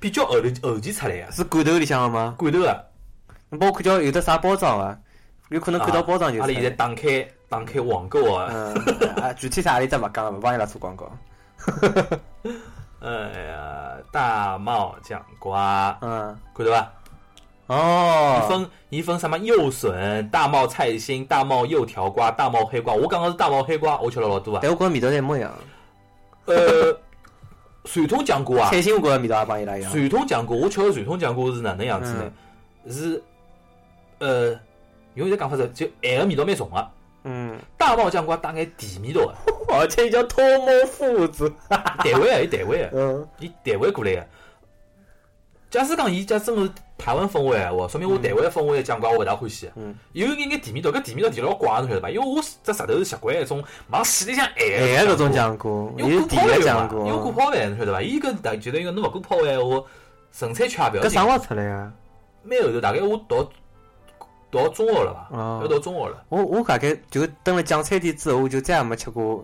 B: 比较后头后期出来的，
C: 是罐头里向个吗？
B: 罐头的。
C: 包括叫有的啥包装啊？有可能看到包装就
B: 阿拉现在
C: 是。
B: 打开打开网购啊，
C: 嗯，啊，具体啥里只勿讲了，勿帮伊拉做广告。
B: 哎呀，大帽酱瓜，
C: 嗯，
B: 看到伐？
C: 哦
B: 一，分一分什么右笋、大帽菜心、大帽油条瓜、大帽黑瓜，我刚刚是大帽黑瓜，我吃了老多啊。
C: 但我觉着味道侪一模一样。
B: 呃，传统酱瓜啊，
C: 菜心我觉着味道也帮伊拉一样。
B: 传统酱瓜，我吃个传统酱瓜是哪能样子呢？
C: 嗯
B: 是呃，用现在讲法是，就咸个味道蛮重个，
C: 嗯，
B: 啊大爆酱瓜带眼甜味道个，
C: 而且伊叫偷摸父子。
B: 台湾个，伊台湾
C: (laughs)
B: 个，
C: 嗯，
B: 伊台湾过来个。假使讲伊假真个是台湾风味个闲话，说明我台湾风味个酱瓜我勿大欢喜。啊
C: 嗯，
B: 有一眼眼甜味道，搿甜味道甜得老怪，侬晓得伐？因为我只石头是习惯一种往死里向
C: 咸
B: 咸
C: 个搿
B: 个
C: 哎种
B: 酱
C: 酱瓜，
B: 瓜，
C: 伊
B: 因
C: 是
B: 为
C: 甜
B: 我
C: 个
B: 过
C: 酱
B: 泡饭嘛，因为我过。
C: 瓜
B: 泡饭，侬晓得伐？伊搿大觉得因为侬勿过泡饭闲话，纯粹吃也勿要
C: 搿
B: 紧
C: 啥。辰光出来啊？
B: 蛮后头，大概我读读中学了吧，
C: 哦
B: 要读中学了。
C: 我我大概就蹲了酱餐店之后，我就再也没吃过，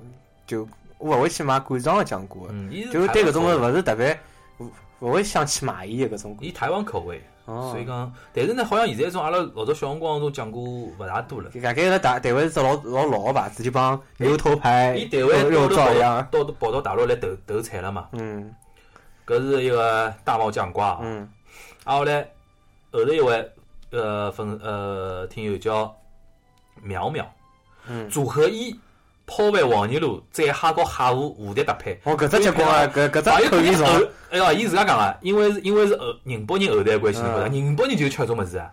C: 就我勿会去买罐装的酱瓜，
B: 嗯，伊是
C: 就是对搿种
B: 台湾
C: 个
B: 口味，
C: 勿是特别，勿勿会想去买伊的搿种瓜。
B: 伊台湾口味，
C: 哦
B: 所以，讲，但是呢，好像现在种阿拉老早小辰光种酱瓜勿大多了。
C: 大概辣台台湾是只老老老个牌子，就帮牛头牌
B: 伊台湾
C: 肉
B: 到
C: 肉燥一
B: 了
C: 样。
B: 到到跑到大陆来投投产了嘛？
C: 嗯，
B: 搿是一个大帽酱瓜啊。
C: 嗯
B: 啊，后来后头一位呃粉呃听友叫淼淼，
C: 嗯，
B: 组合一抛回黄泥路，再哈到哈湖无敌搭配。
C: 哦，搿只结棍啊，搿搿只口味重，
B: 后，哎呀，伊自家讲啊，因为是因为是后宁波人后代关系，侬晓得，
C: 嗯
B: 宁波人就吃搿种物事啊。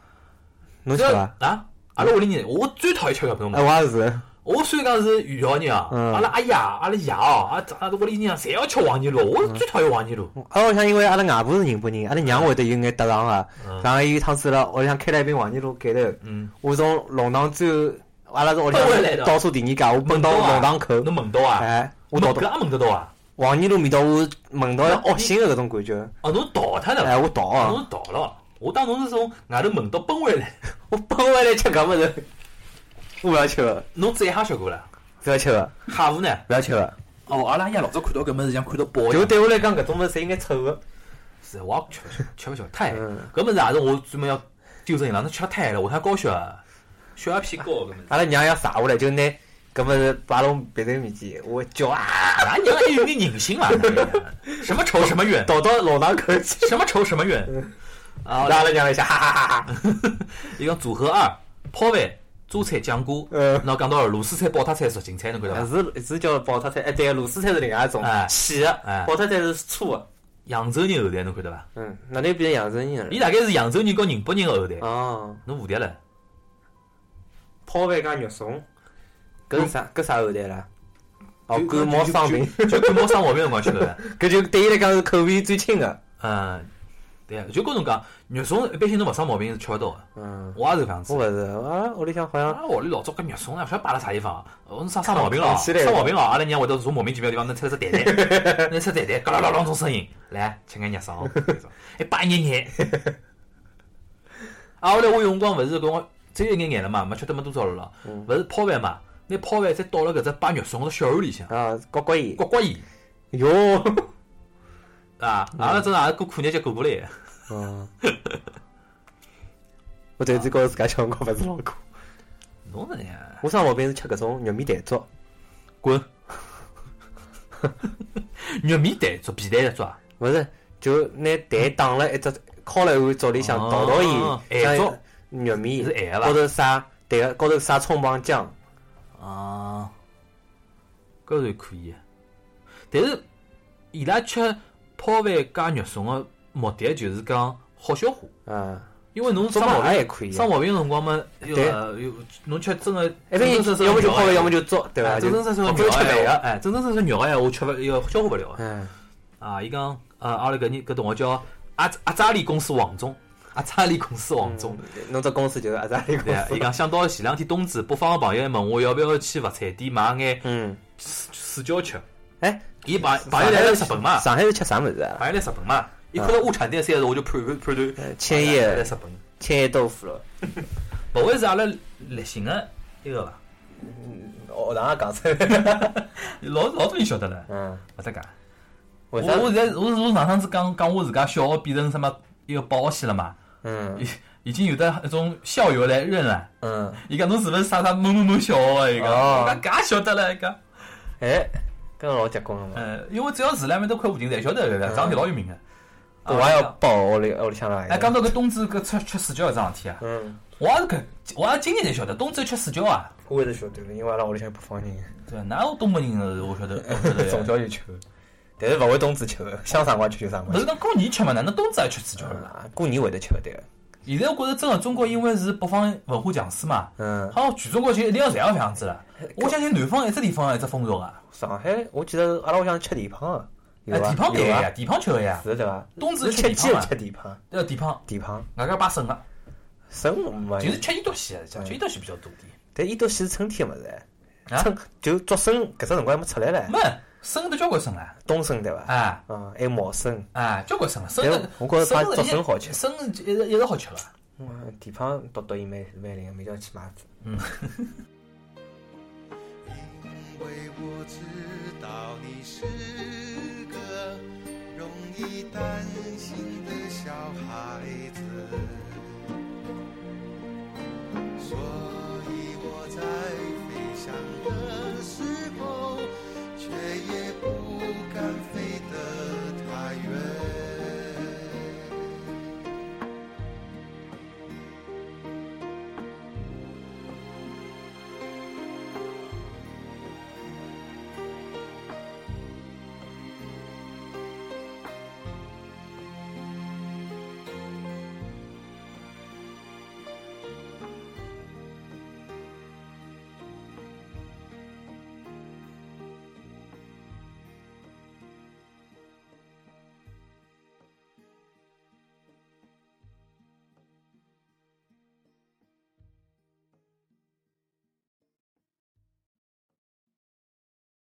C: 侬吃伐？
B: 啊，阿拉屋里人，我最讨厌吃搿种物
C: 哎，
B: 事。
C: 我也是，
B: 我虽然讲是余姚人啊，
C: 嗯
B: 阿拉阿爷、阿拉爷哦，阿阿拉屋里人啊，侪要吃黄泥路，
C: 嗯
B: 我是最讨厌黄嗯泥路。
C: 阿拉屋里向因为阿拉外婆是宁波人，阿拉娘会得有眼搭上啊
B: 嗯，
C: 然后伊有一趟子了，屋里向开了一瓶黄泥路盖头，
B: 嗯，
C: 我从弄堂最后，阿拉是屋里
B: 奔回来的
C: 向倒数第二家，我奔到弄堂口，
B: 侬闻到啊？
C: 哎，我倒
B: 侬
C: 到
B: 搿也闻得到啊？
C: 黄泥路味道，我闻到了恶心的搿种感觉，
B: 哦，侬倒脱了。哦
C: 哎，我倒啊，
B: 侬是逃了，我当侬是从外头门到奔回来，
C: (laughs) 我奔回来吃搿物事，我勿要吃个，
B: 侬嘴哈吃过了，
C: 勿要吃个，
B: 哈湖呢？
C: 勿要吃个，
B: 哦，阿拉爷老早看到搿物事像看到宝一
C: 就
B: 样，
C: 对我来讲搿种物事应该臭个，
B: 是我也吃勿消吃勿消，太咸
C: 嗯
B: 搿物事也是我专门要纠正伊拉，侬吃了太咸了，下趟高血压，血压偏高搿物事。
C: 阿拉娘要撒下来就拿搿物事摆辣我鼻头面前，我叫啊，
B: 俺娘还有点人性啊！哪能什么仇什么怨，
C: 倒到弄堂口去。
B: 什么仇什么怨。啊，
C: 拉了两一下，哈哈哈哈！
B: 一个组合二，泡饭、榨菜、酱瓜。
C: 呃，
B: 那讲到了，螺丝菜、爆塔菜、熟芹菜，侬看到伐？
C: 是是叫爆炒菜，哎，对，螺丝菜是另外一种
B: 哎，
C: 细的，
B: 哎
C: 爆炒菜是啊粗的。
B: 扬州人后代，侬看到伐？
C: 嗯，哪里变扬州人
B: 伊
C: 了？
B: 大概是扬州人和宁波人的后代，
C: 哦，
B: 侬无敌了。
C: 泡饭加肉松，嗯搿是啥？搿啥后代啦？哦，
B: 就
C: 感冒生病，，
B: 就就就感冒生毛病辰光吃搿个。
C: 搿就对伊来讲是口味最轻的。
B: 嗯，对啊，就跟侬讲，肉松一般性侬勿生毛病是吃勿到个，
C: 嗯，
B: 我也是搿样
C: 我
B: 子。
C: 勿是，啊，屋里向好
B: 阿
C: 像
B: 拉屋里老早搿肉松呢，勿啊晓得摆辣啥地方，哦侬生生毛病了，
C: 扛起来
B: 生毛病了，哦阿拉娘会得从莫名其妙地方能出来只蛋蛋，能出蛋蛋，嘎啦啦啷种声音，来吃眼肉松，搿种还摆一眼眼。啊，后来我有辰光勿是搿辰光只有一眼眼了嘛，没吃得没多少了咯，勿是泡饭嘛，拿泡饭再倒辣搿只摆肉松个小碗里向，
C: 啊，搞搞伊，
B: 刮刮伊，
C: 哟，
B: 啊，阿拉真也是过苦日节过不来的。
C: 嗯，我头一次告自家小辰光勿是老过，
B: 侬哪能呀？
C: 我生毛病是吃搿种玉米蛋粥，
B: 滚！ (laughs) 玉米蛋做皮蛋的做啊，
C: 勿是，就拿蛋打了一只敲了一碗粥里向
B: 哦
C: 倒倒盐，
B: 咸
C: 像
B: 粥
C: 玉米，
B: 是咸的吧
C: 高头撒对个，高头撒葱帮姜，哦
B: 啊，搿是可以的。但是伊拉吃泡饭加肉松的目的就是讲好消化，
C: 嗯，
B: 因为侬
C: 做
B: 生毛
C: 饭
B: 病
C: 也可以的，
B: 生毛病的辰光嘛，有
C: 对
B: 呃有侬吃真的
C: 一般
B: 正
C: 性
B: 正式
C: 要么就
B: 肉
C: 泡
B: 的
C: 饭，要么就粥，对
B: 哎
C: 伐？
B: 正正
C: 就
B: 式式
C: 我
B: 的
C: 不
B: 肉
C: 要吃
B: 的
C: 饭
B: 闲话，
C: 个，
B: 哎，正正式式肉的闲话吃勿要消化不了的。
C: 啊嗯，
B: 啊，伊讲呃，阿拉搿人搿同学叫阿阿扎里公司王总，阿扎里公司王总。
C: 嗯侬只公司就是阿扎
B: 对
C: 里公 (laughs)
B: 啊，伊
C: 司，
B: 讲想到前两天冬至，北方个朋友还问我要不要去佛菜店买眼
C: 嗯，
B: 水饺吃。
C: 哎，
B: 伊朋朋友来了日本嘛，
C: 上海是吃啥物事啊？
B: 朋友来日本嘛，伊看到物产店三十，我就判断判
C: 呃
B: 断
C: 千
B: 叶来
C: 叶
B: 日本，
C: 千叶豆腐了，
B: 勿会是阿拉立行个一个伐？
C: 嗯学堂也讲出来，
B: (laughs) 老老多人晓得了，
C: 嗯，
B: 勿搭界。我
C: 为啥？
B: 我现在我我上趟子讲讲我自家小学变成什么一个保险了嘛，
C: 嗯
B: 已已经有的一种校友来认了。
C: 嗯，
B: 伊讲侬是勿是啥啥某某某小学啊？伊讲，
C: 哦
B: 我讲搿也晓得了，伊讲。
C: 哎，搿老结棍了嘛，
B: 呃，因为只要住辣埃面搭块附近，侪晓得搿个，长得老有名哎啊个。
C: 嗯我也要报屋里屋里向
B: 哎，
C: 来，
B: 讲到搿冬至搿吃吃水饺搿桩事体啊，
C: 嗯。
B: 我也是搿，我也今年才晓得冬至吃水饺啊。
C: 我也是晓得的，因为阿拉屋里向不放人，
B: 对，哪有东北人是我晓得，我
C: (laughs)
B: 晓
C: 从
B: 得呀。
C: 小就吃，但是勿会冬至吃的，想啥辰光吃就啥辰
B: 勿是
C: 光吃。
B: 讲过年吃嘛？哪能冬至还吃水饺了？
C: 啊，过年会得吃的对个，
B: 现在我觉着真个中国因为是北方文化强势嘛，
C: 嗯，
B: 好像全中国就一定要这样这样子了。我相信南方一只地方有一只风俗啊，
C: 上海我记得阿拉屋里向吃地胖的，
B: 哎，
C: 有伐？
B: 地胖对
C: 有
B: 个
C: 啊伐
B: 呀，地胖吃个呀，
C: 是对伐？
B: 冬至
C: 侬
B: 吃
C: 吃
B: 地
C: 鸡
B: 胖
C: 肉
B: 嘛
C: 吃，地胖，
B: 对地胖，
C: 地胖
B: 外加摆笋个，
C: 生活嘛，
B: 就是吃伊多西个，吃伊多西比较多点。
C: 但伊都是春天个物事，
B: 啊
C: 春就作生搿只辰光还没出来唻，
B: 没，生啊得交关笋了，
C: 冬生对伐？
B: 哎。
C: 啊，还有毛生，
B: 啊，交关生了，生
C: 对
B: 的
C: 哎我觉得
B: 生
C: 把
B: 的
C: 竹
B: 一
C: 笋好吃
B: 生的一直一直好吃了。
C: 嗯地胖独独伊蛮蛮灵，每朝去买子。
A: 因为我知道你是